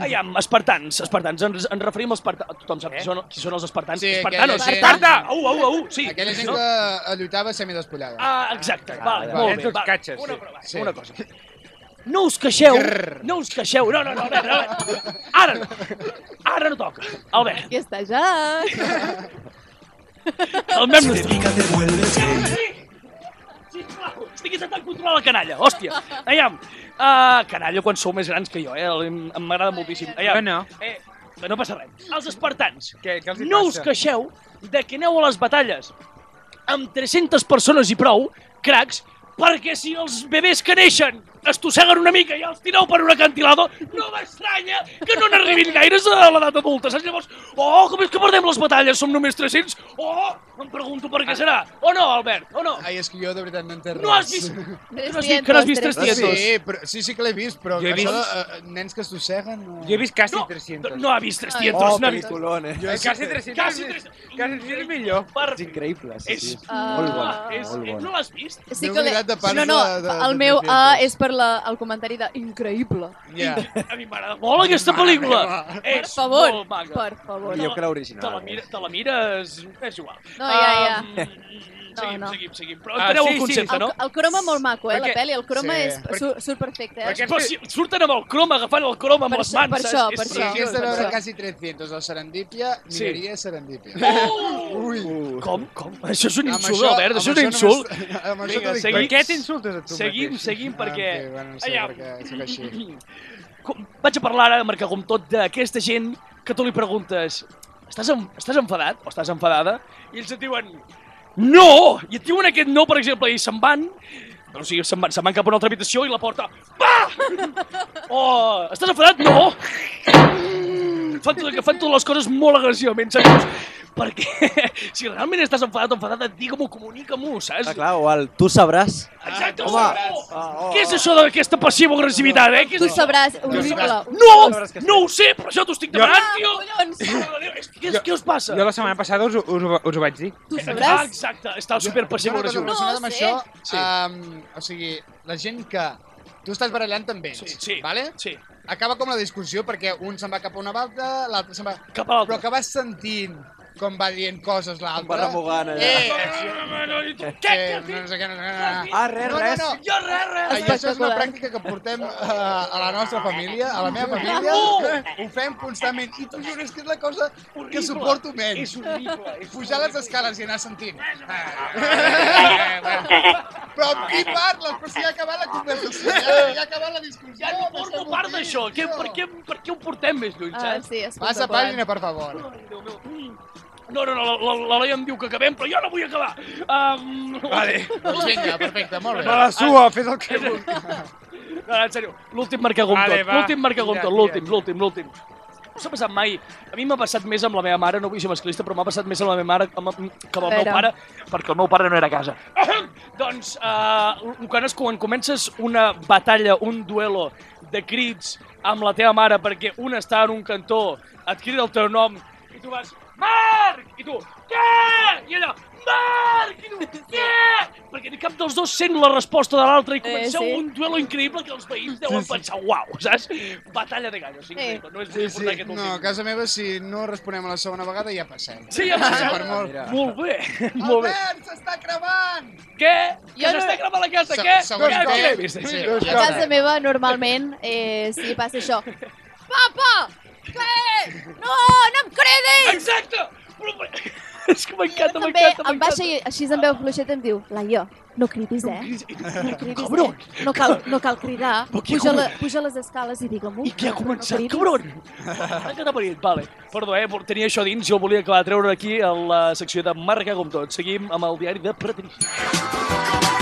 Aviam, espartans, espartans. Ens, ens referim als espartans. Tothom sap qui, són, qui són els espartans.
Eh? Sí,
espartanos,
aquella gent-
esparta! Au, au, au, sí.
Aquella gent
No?
que eh, lluitava semidespullada.
Ah, exacte, vale,
ja.
molt
Ets
bé.
uns
Va,
catxes,
una,
sí.
prova,
Sí.
una cosa. No us queixeu, no us queixeu, no, no, no, Albert, Albert. ara no, ara no toca, Albert,
Aquí està ja.
calmem-nos.
Pica te vuelves gay.
Sisplau, estic intentant controlar la canalla, hòstia. Aviam, uh, canalla quan sou més grans que jo, eh? Em em m'agrada moltíssim. Aviam,
Bueno.
eh, que no passa res. Els espartans,
Què- què els hi
no
passa?
us queixeu de que aneu a les batalles amb 300 persones i prou, cracs, perquè si els bebès que neixen es tosseguen una mica i els tireu per un acantilado, no m'estranya que no n'arribin gaires a l'edat adulta, saps? Llavors, oh, com és que perdem les batalles? Som només 300? Oh, em pregunto per què serà. O no, Albert, o no?
Ai, és que jo de veritat no entenc Ah,
No has vist... Que no has vist, que no has vist tres
300,
Sí,
tietos?
però, sí, sí que l'he vist, però
Jo he
això
vist-
de, eh, nens que es tosseguen... No...
Jo he vist quasi
No,
300.
no ha vist tres
Ai.
tietos.
Oh,
no ha vist...
peliculón, eh?
Eh, Quasi 300.
Quasi
és-
300.
Quasi 300 és millor.
Per...
És increïble, sí, sí.
És-
És molt bona,
Ah,
És,
molt
no
bona.
l'has vist?
Sí
M'he
que l'he-
oblidat de parts
no, no,
de- de-
el
de
meu
tres
A
tietos.
és per la, el comentari de increïble.
Yeah.
A mi m'agrada molt aquesta pel·lícula.
Per favor,
molt maca.
per favor.
Millor que
Te la,
l'original. eh?
mira, te la mires... És igual.
No, ja, ja.
Um,
No,
seguim,
no.
seguim, seguim. Però
Ah,
enteneu
sí,
el
sí.
concepte,
El,
no?
el croma molt maco, eh,
Perquè-
la pel·li. El croma
Sí.
és, sur, surt perfecte. Eh?
Però si surten amb el crom, agafant el crom amb
Per
les
això-
mans,
per
saps?
això,
És
per
Si
això.
preciós.
hagués de veure
Sí.
quasi 300 al Serendipia,
Sí.
miraria Serendipia.
Ui! Com? Com? Això és un
Amb
insult,
això-
Albert,
amb
això és un
només-
insult.
Amb això
Vinga,
t'ho dic
seguim.
Per
tot.
què t'insultes a tu
Seguim,
mateix?
seguim, perquè...
Ah, en fi, bueno, no sé,
Aviam.
perquè sóc així.
Com- Vaig a parlar ara, Marc, com tot, d'aquesta gent que tu li preguntes estàs, en, estàs enfadat o estàs enfadada? I ells et diuen no! I et diuen aquest no, per exemple, i se'n van, o sigui, se'n van, se'n van cap a una altra habitació i "Oh, la porta... Va! O, estàs enfadat? No! fan, que fan totes les coses molt agressivament, seriós. Perquè si realment estàs enfadat o enfadada, digue-m'ho, comunica-m'ho, saps?
Ah, clar, o el tu sabràs.
Exacte, Home, Què és això d'aquesta passiva agressivitat, eh? Què és
Tu
això?
sabràs, horrible.
No! No ho sé, per això t'ho estic
Jo-
demanant,
Ah,
tio!
Què, què us passa? Jo la setmana passada us, ho- us, ho- us ho vaig dir.
Tu
Ah, exacte, està super passiu
Jo,
agressiu.
una cosa relacionada amb això, um, o sigui, la gent que tu estàs barallant amb ells, sí, sí, vale?
sí.
acaba com la discussió perquè un se'n va cap a una banda, l'altre se'n va...
Cap a l'altra.
Però que vas sentint com va dient coses l'altre.
Va remugant allà.
eh,
Eh, què? Què? No, no sé què, no, no, no.
Ah, res,
no,
res.
No, no.
eh, Jo res, res.
Ai, això és una pràctica que portem eh, a la nostra família, a la meva família.
No!
Ho fem constantment. I t'ho jures que és la cosa que suporto menys.
És horrible.
Pujar les escales i anar sentint.
Eh,
Però amb qui parles? Però si ja ha acabat la conversació, ja, ja ha acabat la discussió. Ja no
Eh, Formo part d'això. Què- Per, què, per què ho portem més lluny,
Ah,
saps?
sí, escolta, Passa Joan. pàgina, per favor.
Mm. No, no, no, la- la- l'Eloi em diu que acabem, però jo no vull acabar. Um...
Vale.
Doncs vinga, perfecte, molt bé.
Me la sua,
fes el que
vulguis. No, en sèrio, l'últim marca gom
Vale,
tot,
va.
l'últim marca gom
Tira,
tot,
tira,
l'últim, l'últim, l'últim. No s'ha passat mai. A mi m'ha passat més amb la meva mare, no vull ser masclista, però m'ha passat més amb la meva mare que amb, que amb el meu
Espera.
pare, perquè el meu pare no era a casa. doncs, uh, quan, es, quan comences una batalla, un duelo de crits amb la teva mare perquè un està en un cantó, et crida el teu nom i tu vas Marc! I tu, què? I allò, Marc! I tu, què? Perquè ni cap dels dos sent la resposta de l'altre i comenceu
sí.
un duelo increïble que els veïns deuen pensar, uau, saps? Batalla de gallos, increïble. No és sí, sí. aquest
No, a
últim.
casa meva, si no responem a la segona vegada, ja passem.
Sí, ja passem.
Per molt...
Molt bé, molt bé.
Albert, s'està cremant!
Què?
Jo
Que
no-
s'està gravant la casa,
Se-
què?
segons
Què?
com.
Què l'he vist?
Sí,
A casa meva, normalment, eh, si passa això. Papa! Què? No, no em credis!
Exacte! És que
m'encanta, m'encanta, Em baixa i així em veu fluixeta i em diu, Laia, no cridis, eh? No cridis, eh? No cal, no cal cridar.
qui ha
Puja, la,
començat?
puja les escales i digue-m'ho. I
Qui ha començat, cabron? Ah, que t'ha parit, vale. Perdó, eh, tenia això dins i el volia acabar de treure aquí a la secció de Marca com tot. Seguim amb el diari de Patrici.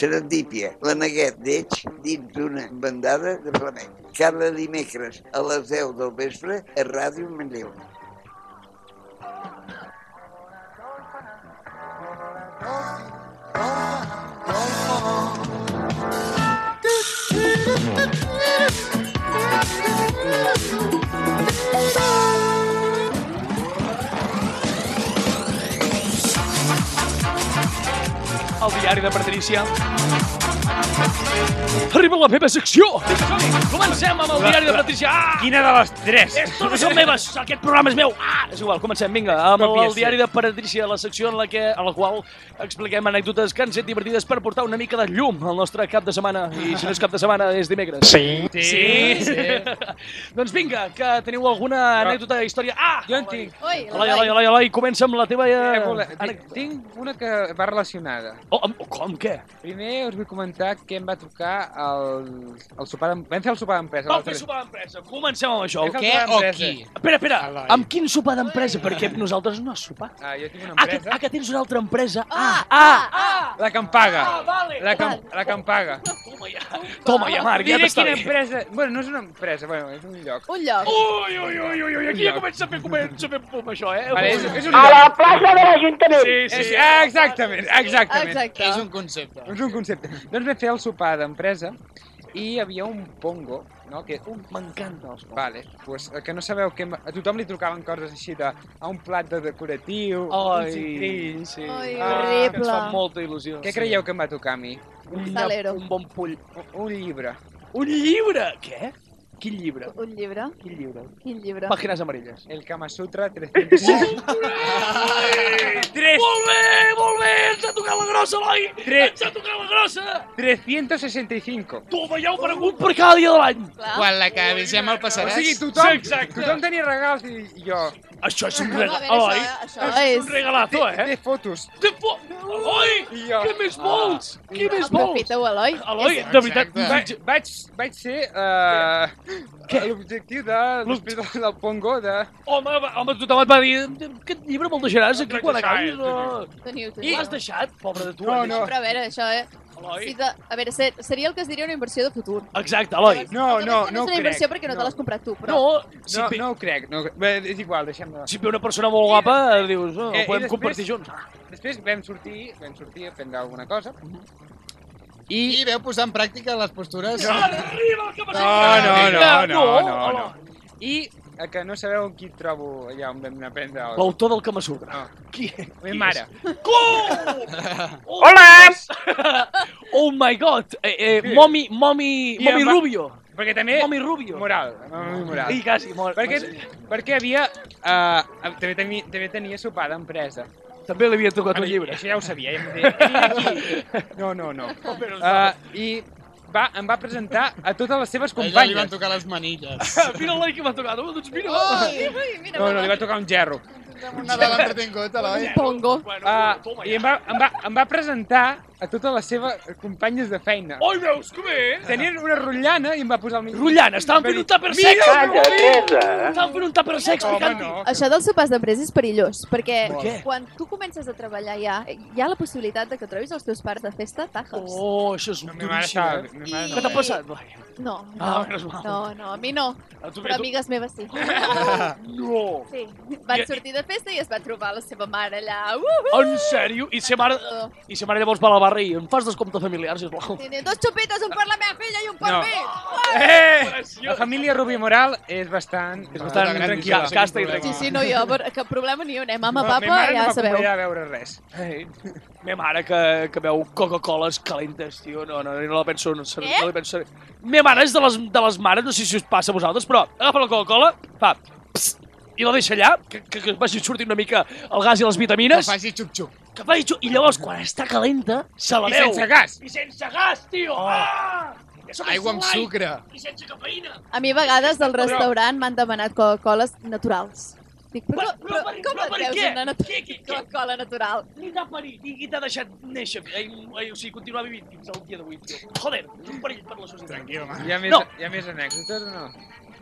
Serendípia, la neguet d'Eix dins d'una bandada de flamenc. Cada dimecres a les 10 del vespre a Ràdio Manlleu.
El diari de Patricia. Arriba la meva secció! Comencem amb el diari de Patricia! Ah!
Quina de les tres?
Doncs És, totes són meves, aquest programa és meu. Ah, és igual, comencem, vinga, amb el,
Còpia, sí.
diari de Patricia, la secció en la, que, en la qual expliquem anècdotes que han set divertides per portar una mica de llum al nostre cap de setmana. I si no és cap de setmana, és dimecres.
Sí.
Sí.
Sí.
doncs vinga, que teniu alguna anècdota, història... Ah!
Jo en tinc.
Oi,
Eloi, Eloi, Eloi, Eloi, comença amb la teva...
Eh,
Eh,
vola- tinc- Tinc una que va relacionada.
Oh, com, què?
Primer us vull comentar que em va tocar el, el sopar d'empresa. Vam fer el sopar d'empresa.
Vau
l'altre
fer
dia.
sopar d'empresa. Comencem amb això.
Què o qui?
Espera, espera. Amb quin sopar d'empresa? Perquè nosaltres no has sopat.
Ah, jo tinc una
Ah, que,
empresa.
ah, que tens una altra empresa. Ah,
ah, ah, la que em paga.
Ah, vale.
la, que, em- la que em paga.
Ah, Toma ja, Marc, ja
Diré
t'està
quina
bé.
empresa... Bueno, no és una empresa, bueno, és un lloc.
Un lloc.
Ui, ui, ui, ui, ui, aquí
Un
ja
lloc.
comença a fer, comença a fer pum, això, eh?
Vale, és, és un
A
lloc.
la plaça de l'Ajuntament. Sí, sí.
És- ah, exactament, exactament.
Exacte. És un concepte.
És un concepte. Doncs vam fer el sopar d'empresa i hi havia un pongo, no? Que un
M'encanta els
Vale, pues, eh, que no sabeu que a tothom li trucaven coses així de a un plat de decoratiu,
Ai,
un citrill...
sí. Ah,
Ai,
horrible.
Que ens fa molta il·lusió.
Què creieu que em va tocar a mi?
Un,
Salero.
un bon pull.
Un, un llibre.
Un llibre! Què? Quin llibre?
Un llibre?
Quin llibre?
Quin llibre?
Pàgines amarelles.
El Kama Sutra 305. Tres.
Molt bé, molt bé! Ens ha tocat la grossa, Eloi!
Tres.
Ens ha tocat la grossa!
365.
Toma, ja heu aparegut per cada dia de l'any!
Quan l'acabis ja me'l
O
passaràs.
sigui, tothom,
exacte.
tothom tenia regals i i jo...
Això és un
No, no, a
regal,
veure,
Eloi.
això- això
Això és
és-
un regalazo, eh?
Té fotos.
Té fo... Eloi! Què més vols? Què més vols?
Aprofita-ho, Eloi.
Eloi,
És-
de veritat,
Va, vaig, vaig ser uh, l'objectiu de l'hospital del Pongo de...
Home, va- home, tothom et va dir aquest llibre me'l deixaràs aquí quan acabis. o-"
Teniu, teniu.
I l'has deixat, pobre de tu.
No,
el
no.
deixes.
Però a veure, això, eh? Si te... A veure, ser, seria el que es diria una inversió de futur.
Exacte, Eloi.
No, no,
és
no ho
una inversió
crec.
perquè no,
no.
te l'has comprat tu, però...
No, si,
No,
ve,
no ho crec. No, ho crec. Bé, és igual, deixem-ho.
si ve una persona molt guapa, dius, oh,
Eh,
ho
i
podem
després-
compartir junts.
Després vam sortir, vam sortir a prendre alguna cosa.
I veu posar en pràctica les postures?
Arriba el que m'has
No,
dit!
no, no, no, no,
Eloi.
I eh, que no sabeu qui trobo allà on vam anar a prendre... el-
L'autor del Kama Sutra.
No.
Qui?
La meva mare.
Hola! Oh my god! Eh, eh,
Sí.
Momi, Momi,
I
Momi
em va-
Rubio.
Perquè també...
Momi Rubio.
Moral. Momi moral.
I quasi mort.
Perquè, perquè havia... Uh, també, tenia, també tenia sopar d'empresa.
També li havia tocat
Ara,
un llibre.
Això ja ho sabia, ja em deia, "Què hi ha aquí?" No, no, no.
Ah,
Uh, I va, em va presentar a totes les seves
A ella li van
companyes.
tocar les manilles.
Mira l'Eloi que m'ha tocat. Home, doncs mira.
Ai, ai, mira,
No, no, li va tocar un gerro.
Un Nadal entretingut, Eloi.
Un pongo.
Bueno,
Uh,
toma
I
ja.
em va, em, va, em va presentar a totes les seves companyes de feina.
Oi, veus que bé?
Tenien una rotllana i em va posar el micro.
Rullant, estàvem fent un tàper sec.
Mira, eh?
Estàvem fent un tàper sec
Home,
explicant-ho.
no.
Això dels sopars d'empresa és perillós, perquè
Per què?
quan tu comences a treballar ja, hi ha la possibilitat de que trobis els teus pares de festa tajes.
Oh, això és
No, mi mare
duríssim,
estava...
eh?
Mi mare
I-
Què t'ha passat? Eloi?
No, no,
Ah, menos mal.
no, no, a mi no,
A tu-
però
a tu-
amigues meves sí.
No.
Sí, van
I-
sortir de festa i es va trobar la seva mare allà. Uh!
En sèrio? I sa mare, i sa mare llavors va a la barra i em fas descompte familiar, sisplau.
Tiene dos xupitos, un per la meva filla i un per
No.
mi!
Eh! La família Rubí Moral és bastant...
És bastant
bastant
tranquil·la.
tranquil·la.
Casta i
Sense
tranquil·la.
Sí,
problema.
sí, no hi ha per- cap problema ni un, eh? Mama,
No,
papa,
mi mare
ja
no
sabeu.
m'acompanyava a veure res.
Ei, me mare que, que veu Coca-Coles calentes, tio, no, no, no la penso, no, servir,
Eh?
Què?
no la penso. servir. Me mare és de les, de les mares, no sé si us passa a vosaltres, però agafa la Coca-Cola, fa, psst, i la deixa allà, que, que, que es vagi sortint una mica el gas i les
Que
vitamines,
faci xup-xup.
que faci xo- i llavors, quan està calenta, se la
I
beu.
sense gas.
I sense gas, tio! Ah! Ja som
Oh. Aigua amb
light.
sucre.
I sense cafeïna.
A mi a vegades del restaurant m'han demanat Coca-Coles naturals. Dic, però,
Però-
però,
però per-
com
però
et
per
deus
què?
una nat-
Què- què- què?
Coca-Cola natural?
Ni t'ha parit, ni t'ha deixat néixer. Ai, ai, o sigui, continuar vivint fins al dia d'avui, tio. Joder, és un perill per la societat.
Tranquil, home.
Hi ha més,
No.
hi ha més anècdotes o no?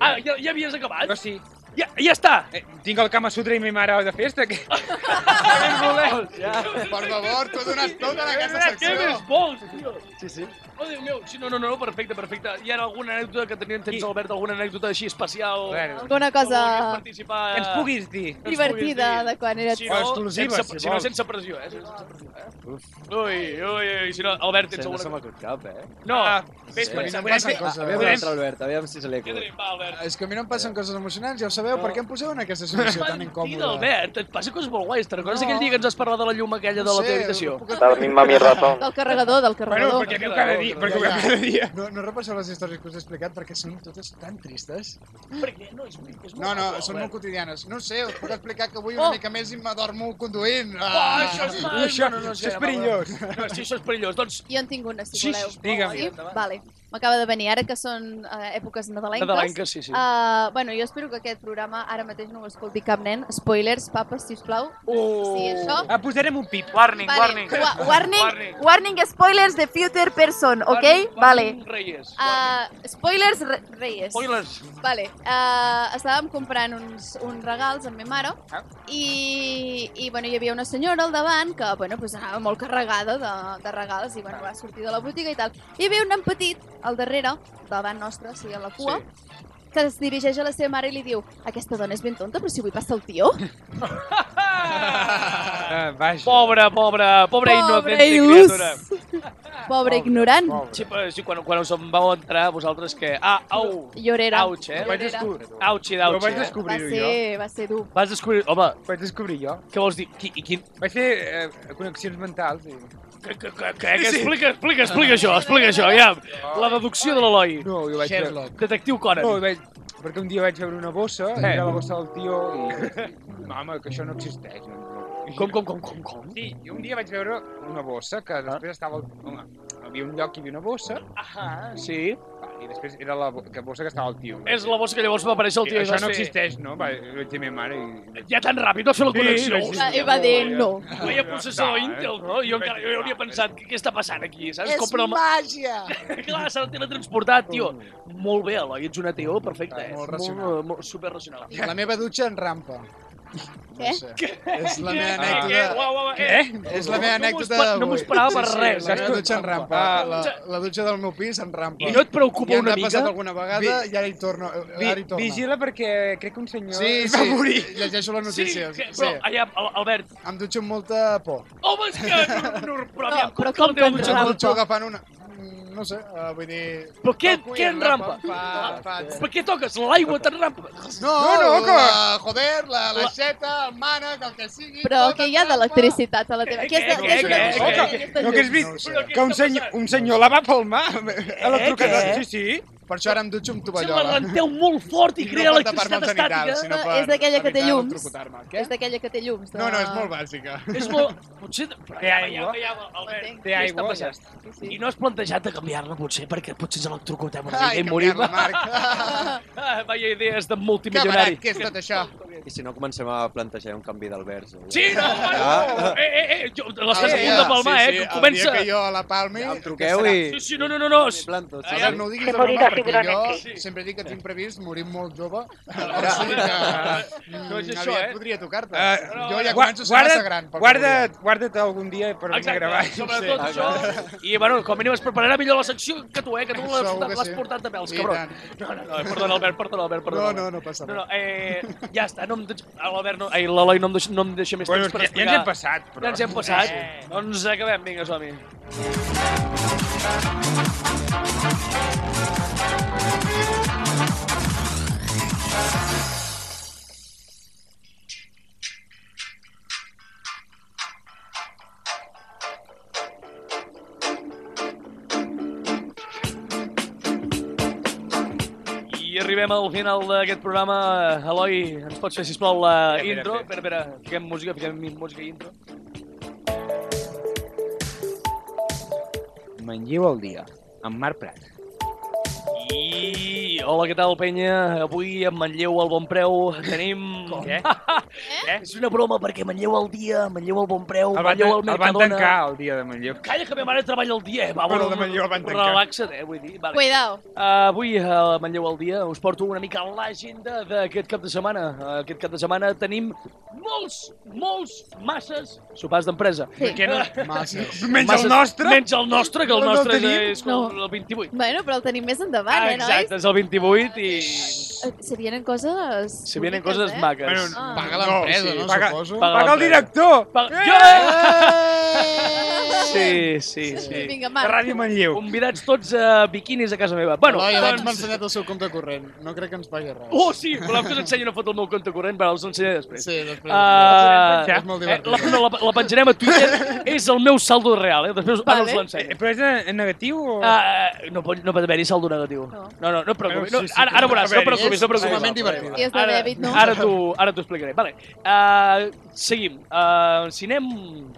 Ah, ja, ja havies acabat?
Jo sí.
Ja, ja està!
Eh, tinc el Kama Sutra i mi mare de festa. Que... Què més voleu?
Per favor, t'ho he donat tot en aquesta
Què
secció.
més vols, tio? Sí, sí. Oh, Déu meu, sí, no, no, no, perfecte, perfecte. Hi ha alguna anècdota que teníem temps,
I-
Albert, alguna anècdota així especial?
Bueno,
Alguna
Que
cosa
vulguis participar... eh?
que ens puguis dir.
que ens
divertida
puguis dir.
de quan eres...
Si
O
no,
exclusiva,
sense,
si
si no,
vols.
sense pressió, eh? Sense pressió, eh? Ui, ui, ui, si no, Albert, tens
No se
alguna...
m'acut cap, eh?
No,
Ah,
vés
sí.
pensant.
Podem fer-
A veure,
Podem-
Podem... Albert, aviam si se li
Què
acut.
tenim, va, Albert?
És que a mi no em passen coses emocionants, ja ho sabeu. Per què em poseu en aquesta situació tan
Mentida,
incòmoda?
Albert, et passa coses molt guais. Te'n recordes
No.
aquell dia que ens vas parlar de la llum aquella de la teva habitació?
no puc-
mami ratón.
Del carregador, del
Bueno,
carregador.
perquè viu cada dia. Perquè viu cada dia.
No, no repasseu les històries que us he explicat perquè són totes tan tristes.
Perquè no, és, molt- és molt
No, no,
maco,
són molt
Albert.
quotidianes. No ho sé, us puc explicar que avui
Oh.
una mica més i m'adormo conduint.
Ah, això és mal.
Això,
No, no, no,
això
ja,
és
va,
perillós.
No, sí, això és perillós. Doncs,
Jo en tinc una, si
Sí, sí,
voleu.
digue'm.
Sí? Vale. M'acaba de venir, ara que són eh, èpoques nadalenques.
Nadalenques, sí, sí.
eh, bueno, jo espero que aquest programa ara mateix no ho escolti cap nen. Spoilers, papes, sisplau.
Oh.
Sí, això.
Ah, posarem un pip.
Warning,
Vale. Wa- warning, warning, spoilers de future person, ok? vale.
Reyes.
Ah,
Uh, spoilers re Reyes.
Spoilers.
Vale. Uh, estàvem comprant uns, uns regals amb mi mare
Ah.
i, i bueno, hi havia una senyora al davant que bueno, pues anava molt carregada de, de regals i bueno, va sortir de la botiga i tal. I hi havia un nen petit al darrere, davant nostre, o sigui, a la cua, que es dirigeix a la seva mare i li diu aquesta dona és ben tonta, però si avui passa el tio.
Ah, vaja.
Pobre, pobre, pobre innocente
il·lus.
criatura.
Pobre ignorant.
Sí, però sí, quan, quan us en vau entrar, vosaltres que... Ah, au,
Llorera.
auge, eh?
Ho vaig descobrir.
Auxi,
Ho
d'autxi.
vaig
eh?
Va
descobrir jo.
ser, va ser dur.
Vas descobrir... Home,
Ho vaig descobrir jo.
què vols dir? Qui, i quin...
Vaig fer eh, connexions mentals. I...
Que, que, que, que, que explica, explica, explica això, explica això, ja. La deducció de l'Eloi.
No, jo vaig... veure-
Sherlock.
Detectiu
No,
Conan.
vaig... Perquè un dia vaig veure una bossa, eh. era la bossa del tio, i... Mama, que això no existeix. no, no.
Com, Ah. com, com, com, com?
Sí, jo un dia vaig veure una bossa que després estava el, el, el havia un lloc, hi havia una bossa.
Ahà, sí.
I després era la bo- que bossa que estava el tio.
És la bossa que llavors va aparèixer el tio i
Això
vas
no
fer-
existeix, no? Va, ho vaig dir a ma mare i...
Ja tan ràpid va fer la connexió.
vaig
I
dir,
va dir Ah, no.
Veia processador
eh?
Intel, no? Jo encara jo hauria pensat, què, què està passant aquí? Saps? Compra el... ma-
màgia!
Clar, s'ha teletransportat,
Ah,
tio. Molt bé, Eloi, ets un ateo perfecte. Eh?
Molt racional.
Molt, molt, superracional.
La meva dutxa en rampa.
Què?
És la
eh,
meva
Què? Què? Uau, uau,
anècdota...
uau, eh?
És la meva
No m'ho
anècdota
esper- no m'ho
d'avui.
esperava per res,
La
eh?
meva dutxa en rampa.
Ah.
La, la dutxa del meu pis en rampa.
I no et preocupa
Ja
una
Ja
mica?
ha passat alguna vegada
Vi-
i ara hi torno. eh,
Vi,
Ara hi torna.
vigila perquè crec que un senyor
Sí,
es va
sí.
morir.
Llegeixo les
Sí,
notícies.
que, però, allà, Al- Albert...
Em dutxo amb molta por.
Home, és que... No, no, però aviam,
però
com
com
que
que
el
en
teu
Em
rampa?
dutxo agafant una... mm, No sé, eh, vull dir...
Però què,
Avui
què en rampa?
fa- fa-
Per què toques l'aigua tan rampa?
Ah, No,
No, no, que-
la, joder, la, la xeta, el mànec, el que sigui... tota
Però
tot
que
en
hi ha
rampa.
d'electricitat a la teva...
Què,
Aquesta,
què,
és una
què,
cosa
què,
que
què? Eh,
aquesta
No, que
llum.
has vist
Però què
que un
està
senyor,
passant?
un senyor la va palmar a la trucada.
què?
Sí, sí.
Per això ara em dutxo amb
Se la
tovallola.
renteu molt fort i crea
per tapar-me
electricitat
el genital,
estàtica.
sinó
No,
per
és d'aquella que té
evitar
llums.
electrocutar-me. Què?
És d'aquella que té llums. de-
No, no, és molt bàsica.
És molt... Potser... Però
Té
ja, ja,
aigua.
ja, Albert,
Té
què
aigua,
està
ja
passant? I no has plantejat de canviar-la, potser, perquè potser ens electrocutem una mica
Ai,
i
canviar
morim.
la marca.
Ah, Vaya idees de
Que barat
multimilionari.
que és tot això.
I si no, comencem a plantejar un canvi d'alberts.
Sí, no, no,
Ah.
eh, eh, eh, jo- l'estàs a
Ah,
punt de
ja,
palmar,
sí,
eh,
sí,
que
El
comença...
dia que jo la palmi...
Ja em truqueu i...
Sí, sí, no, no, no, no.
Me planto,
A
sí.
veure, no ho diguis
Que
de broma,
moriràs
perquè jo
figurat
aquí.
sempre dic que tinc previst morir molt jove. Però sí que...
No és
mm,
això,
aviat
eh?
podria tocar-te.
Eh,
jo ja
Gua-
començo a ser massa gran. per
guarda't,
morir.
guarda't algun dia per venir a gravar.
sobretot
Sí.
això. I, bueno, com a mínim es prepararà millor la secció que tu, eh? Que tu l'has
Ah, Segur que
l'has
sí.
portat de pèls,
I
cabron.
tant.
No, no, no, perdona, Albert, perdona, Albert,
No,
perdona.
no, no passa
No,
res.
no, eh, ja està, no em deixa, l'Albert no, ai, l'Eloi no, em deixa, no em deixa més
Bueno,
temps per
ja, ja
explicar.
ens hem passat, però...
Ja ens hem passat.
Eh.
Doncs acabem, vinga, som-hi. I arribem al final d'aquest programa. Eloi, ens pots fer, sisplau, la
Espera, espera,
intro?
espera.
Espera, espera, fiquem música, fiquem música i intro.
Manlleu el dia, amb Marc Prat.
I hola, què tal, penya? Avui a Manlleu al Bon Preu tenim... Com?
Què?
Eh? És una broma perquè Manlleu al dia, Manlleu al Bon Preu,
El van,
Manlleu al
el van
Mercadona...
tancar el dia de Manlleu.
Calla, que ma mare treballa al dia, eh? Va,
Bueno, de Manlleu el van tancar.
Relaxa't, eh, vull dir. Vale.
Cuidao.
Uh, avui a Manlleu al dia us porto una mica l'agenda d'aquest cap de setmana. Uh, aquest cap de setmana tenim molts, molts, masses sopars d'empresa.
Sí.
Que no...
Massa.
Menys el nostre?
Menys el nostre, que el
No, no el
nostre
tenim.
és, és
No.
el 28.
Bueno, però el tenim més endavant, eh, nois?
Exacte, és el 28 i
Eh, Se vienen coses...
se vienen
boniques,
coses
eh?
maques.
Bueno,
Ah.
Paga l'empresa, no,
paga-
suposo?
paga-
Paga el director!
Pa- Jo! Sí, sí, sí.
Ah! Eh. Vinga,
A
Marc.
Ràdio Manlleu.
Convidats tots a biquinis a casa meva. Bueno,
Eloi, abans m'ha
doncs...
ensenyat el seu compte corrent. No crec que ens pagui res.
Oh, sí, voleu que us ensenyi una foto del meu compte corrent? Bé, us l'ensenyaré després.
Sí, després.
Ah,
és molt divertit.
Eh, la, no, la, la penjarem a Twitter, és el meu saldo real, eh? Després
Vale.
vale. us
Eh,
l'ensenyo.
Però és en negatiu o...?
Uh, no, pot, no pot haver-hi saldo negatiu. No,
No.
no, no, et preocupis.
Bueno,
No,
sí, sí,
ara, ara
pot
veuràs, no et
haver-hi.
preocupis, no et
Sumament
preocupis.
divertit.
Dies de dèbit, no?
Ara t'ho ara t'ho explicaré. Vale. Uh, seguim. Uh, si anem...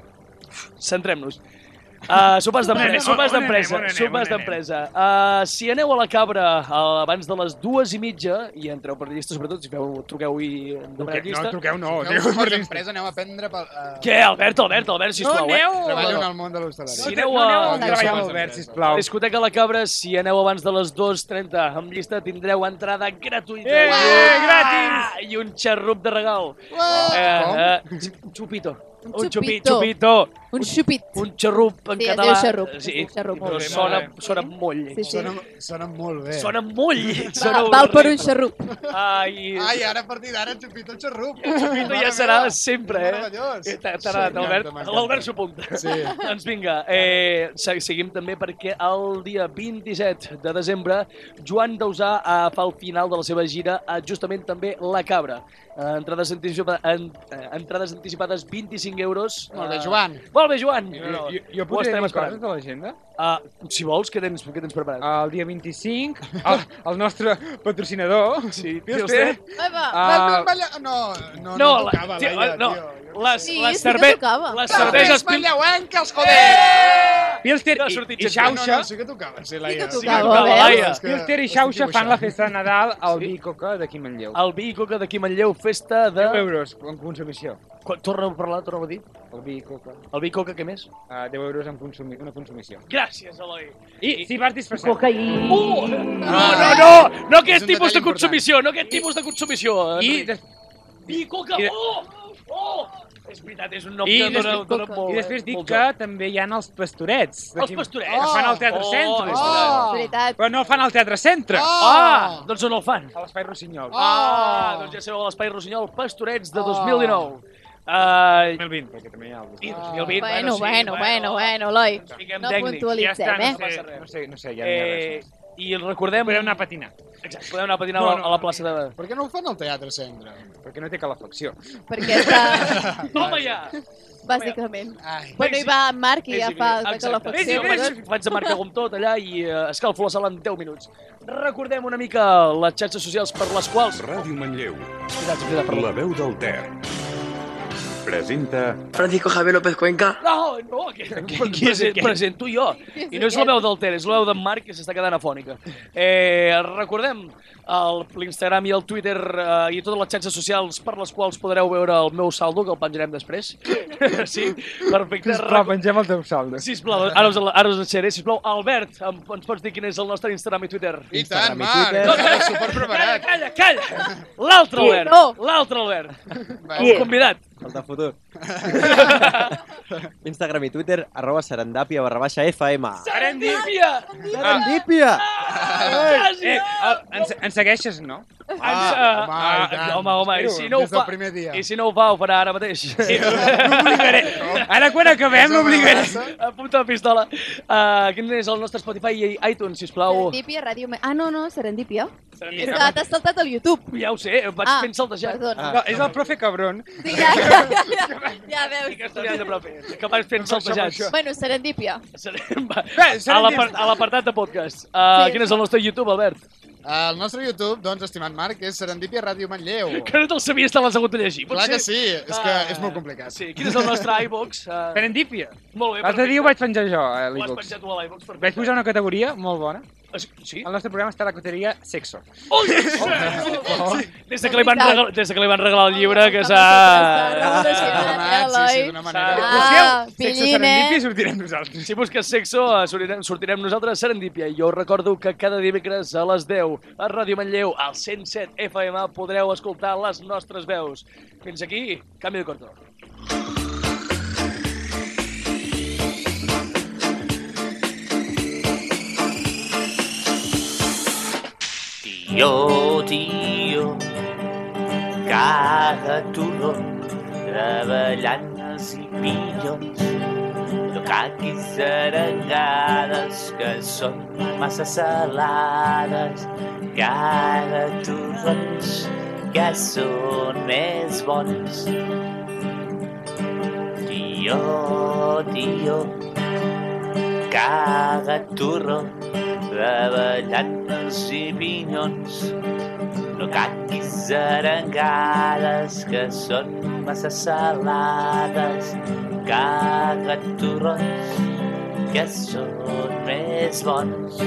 Centrem-nos. Uh, sopars
On
d'empresa,
anem,
sopars
on anem,
d'empresa,
on anem,
sopars
on anem?
d'empresa. Uh, si aneu a la cabra uh, abans de les dues i mitja, i entreu per llista, sobretot, si feu, truqueu i demaneu
No,
llista...
truqueu no.
Feu un cos d'empresa, aneu a prendre pel... eh,
Oh, Què, Albert, Albert, Albert, sisplau, eh?
Treballo en el món de l'hostaleria.
Si
Si aneu
aneu
a
a-
Exacte.
treballar a l'Obert, sisplau.
Discoteca La Cabra, si aneu abans de les 2.30 amb llista, tindreu entrada gratuïta.
Eh,
Uau!
gratis!
I un xarrup de regal. Eh, eh, un xupito.
Un
Un xupi-
xupito.
xupito.
Un xupit.
Un xarrup en
Sí, es
català.
diu xarrup, es
Sí,
diu xarrup.
però
Molt bé,
sona,
molt
sona molt lleig.
Sí, sí.
Sona, sona molt bé.
Sona molt lleig.
Va,
Sona
val per un
horrible.
xarrup.
Ai,
Ai, ara a partir d'ara xupito xarrup.
xupito
Mare
ja serà
meva,
sempre, eh?
Meravellós.
Eh, T'ha t'ha agradat, Albert?
M'encanta,
L'Albert s'ho
m'encanta.
apunta.
Sí.
doncs vinga, eh, se- seguim també perquè el dia 27 de desembre Joan Dausà eh, fa el final de la seva gira a justament també La Cabra. Eh, entrades, anticipa en, eh, entrades anticipades 25 euros.
Molt bé,
Eh,
Joan.
Molt bé, Joan.
Jo, jo,
Ho
jo podré
estarem
dir
esperant.
coses Ah, de l'agenda?
Eh, si vols, què tens, què tens preparat?
El dia 25, el, el nostre patrocinador...
Sí,
Fils
Fils Ted.
Ted.
Va, va.
Ah,
Ballar... No, no, no,
la-
tocava,
tio,
Laia,
no.
tio.
Les,
Sí,
les,
sí que
cerve
tocava.
les cerveses...
Ballauenques, joder!
Pilster
No ha
i,
sortit
i
gent.
Xauxa...
No, no, sí que tocava, sí, Laia. Sí que
Sí
tocava, Sí que tocava, veus? Laia.
Pilster i
Ho estic
Xauxa fan
dibuixant.
la festa de Nadal al sí. Bicoca d'aquí a Manlleu.
El vi i coca d'aquí a Manlleu, festa de...
10 euros en consumició.
Quan, torna a parlar, torna a dir.
El vi i coca.
El vi i coca, què més?
Uh, 10 euros en consumi una consumició.
Gràcies, Eloi.
I si vas disfressat...
Cocaïna.
Uh!
No, no, Oh! no! No aquest tipus de consumició, no aquest tipus de consumició.
I,
Enric. Vi i coca,
i de-
oh! Oh! És veritat, és un nom
I,
que dona,
després,
dona molt... eh,
I després dic
molt
que també hi ha els pastorets. d'aquí-
Els pastorets?
Que fan al Teatre
Oh,
Centre.
és veritat. Oh.
Però no el fan al Teatre Centre.
Oh. Ah, doncs on el fan?
A l'Espai Rossinyol.
Ah, doncs ja sabeu, a l'Espai Rossinyol, Pastorets de 2019. Uh,
2020, perquè també hi ha algú.
I 2020,
Bueno,
bueno,
bueno,
sí,
bueno, bueno, Eloi.
fiquem
No
tècnics.
puntualitzem,
no,
eh?
sé, no sé, no sé, ja n'hi ha res.
Eh, I el recordem...
Podem anar a patinar.
Exacte, podem anar a patinar no, no, a la plaça de...
Per què no ho fan al Teatre Centre?
Perquè no té calefacció.
Perquè està...
Toma ja!
Bàsicament.
Ai.
Bueno, hi va en Marc i ja
Vés-hi,
fa
vés.
el de
Exacte.
calefacció.
Vés-hi,
però-
vés. Faig de marcar com tot allà i eh, escalfo la sala en 10 minuts. Recordem una mica les xarxes socials per les quals...
Ràdio Manlleu.
veritat, perdó.
La veu del Ter. Presenta...
Francisco Javier López Cuenca.
No, no, que, que, que és,
què?
presento jo.
Què és
I no és la
aquest?
veu del Ter, és la veu d'en Marc que s'està quedant afònica. Eh, recordem el- l'Instagram i el Twitter eh, i totes les xarxes socials per les quals podreu veure el meu saldo, que el penjarem després. sí, perfecte.
Sisplau, pengem el teu saldo.
Sisplau, ara us, ara us enxeré. Sisplau, Albert, em, ens pots dir quin és el nostre Instagram i Twitter? I
tant, Marc, estàs superpreparat.
Calla, calla, calla! L'altre
Qui?
Albert,
No.
Oh.
l'altre Albert.
Qui?
Un convidat.
El de futur. Instagram i Twitter, arroba serendàpia barra baixa FM.
Serendípia!
Serendípia!
Eh, eh, ens, ens segueixes, no?
Ah, home,
ah,
home, home, home, i si no ho
Des del
fa...
primer dia.
I si no ho fa, ho farà ara mateix. Sí,
l'obligaré. Ara quan acabem l'obligaré.
Apunta la pistola. Uh, quin és el nostre Spotify i iTunes, sisplau?
Serendipia, ràdio... Me- Ah, no, no, Serendipia.
Serendipia.
És que t'has saltat al YouTube.
Ja ho sé, vaig
Ah,
fent saltejar.
perdona.
No, és el profe cabron.
Ja veus.
Estic estudiant de profe, que vaig fent saltejats.
Bueno, Serendipia.
A l'apar- a l'apartat de podcast. Uh,
Sí.
quin és el nostre YouTube, Albert?
El nostre YouTube, doncs, estimat Marc, és Serendipia Ràdio Manlleu.
Que no te'l sabies, te l'has hagut de llegir.
Clar que sí, és que
Ah,
és molt complicat.
Sí, quin és el nostre iVox? Uh...
Serendípia.
Molt bé,
L'altre
perfecte.
dia ho vaig penjar jo, a
Ho has
l'e-box.
penjat tu a l'iVox, perfecte.
Vaig posar una categoria molt bona.
Sí?
El nostre programa està a la categoria sexo.
Oh, sí. Des de que li van regalar, des de que li van regalar el llibre que s'ha...
Eloi.
Ah,
Ah, pillin, eh?
sortirem nosaltres.
Si busques sexo, eh, sortirem, sortirem nosaltres a Serendipia. I jo us recordo que cada dimecres a les 10 a Ràdio Manlleu, al 107 FM, podreu escoltar les nostres veus. Fins aquí, canvi de corto.
Tío, tío, cada turó treballant els pinyons. No caquis arengades que són massa salades. Cada turrons que són més bons. Tio, tio, cada turró treballant els pinyons. No caquis arengades que són massa salades. Caga turrons que són més bons.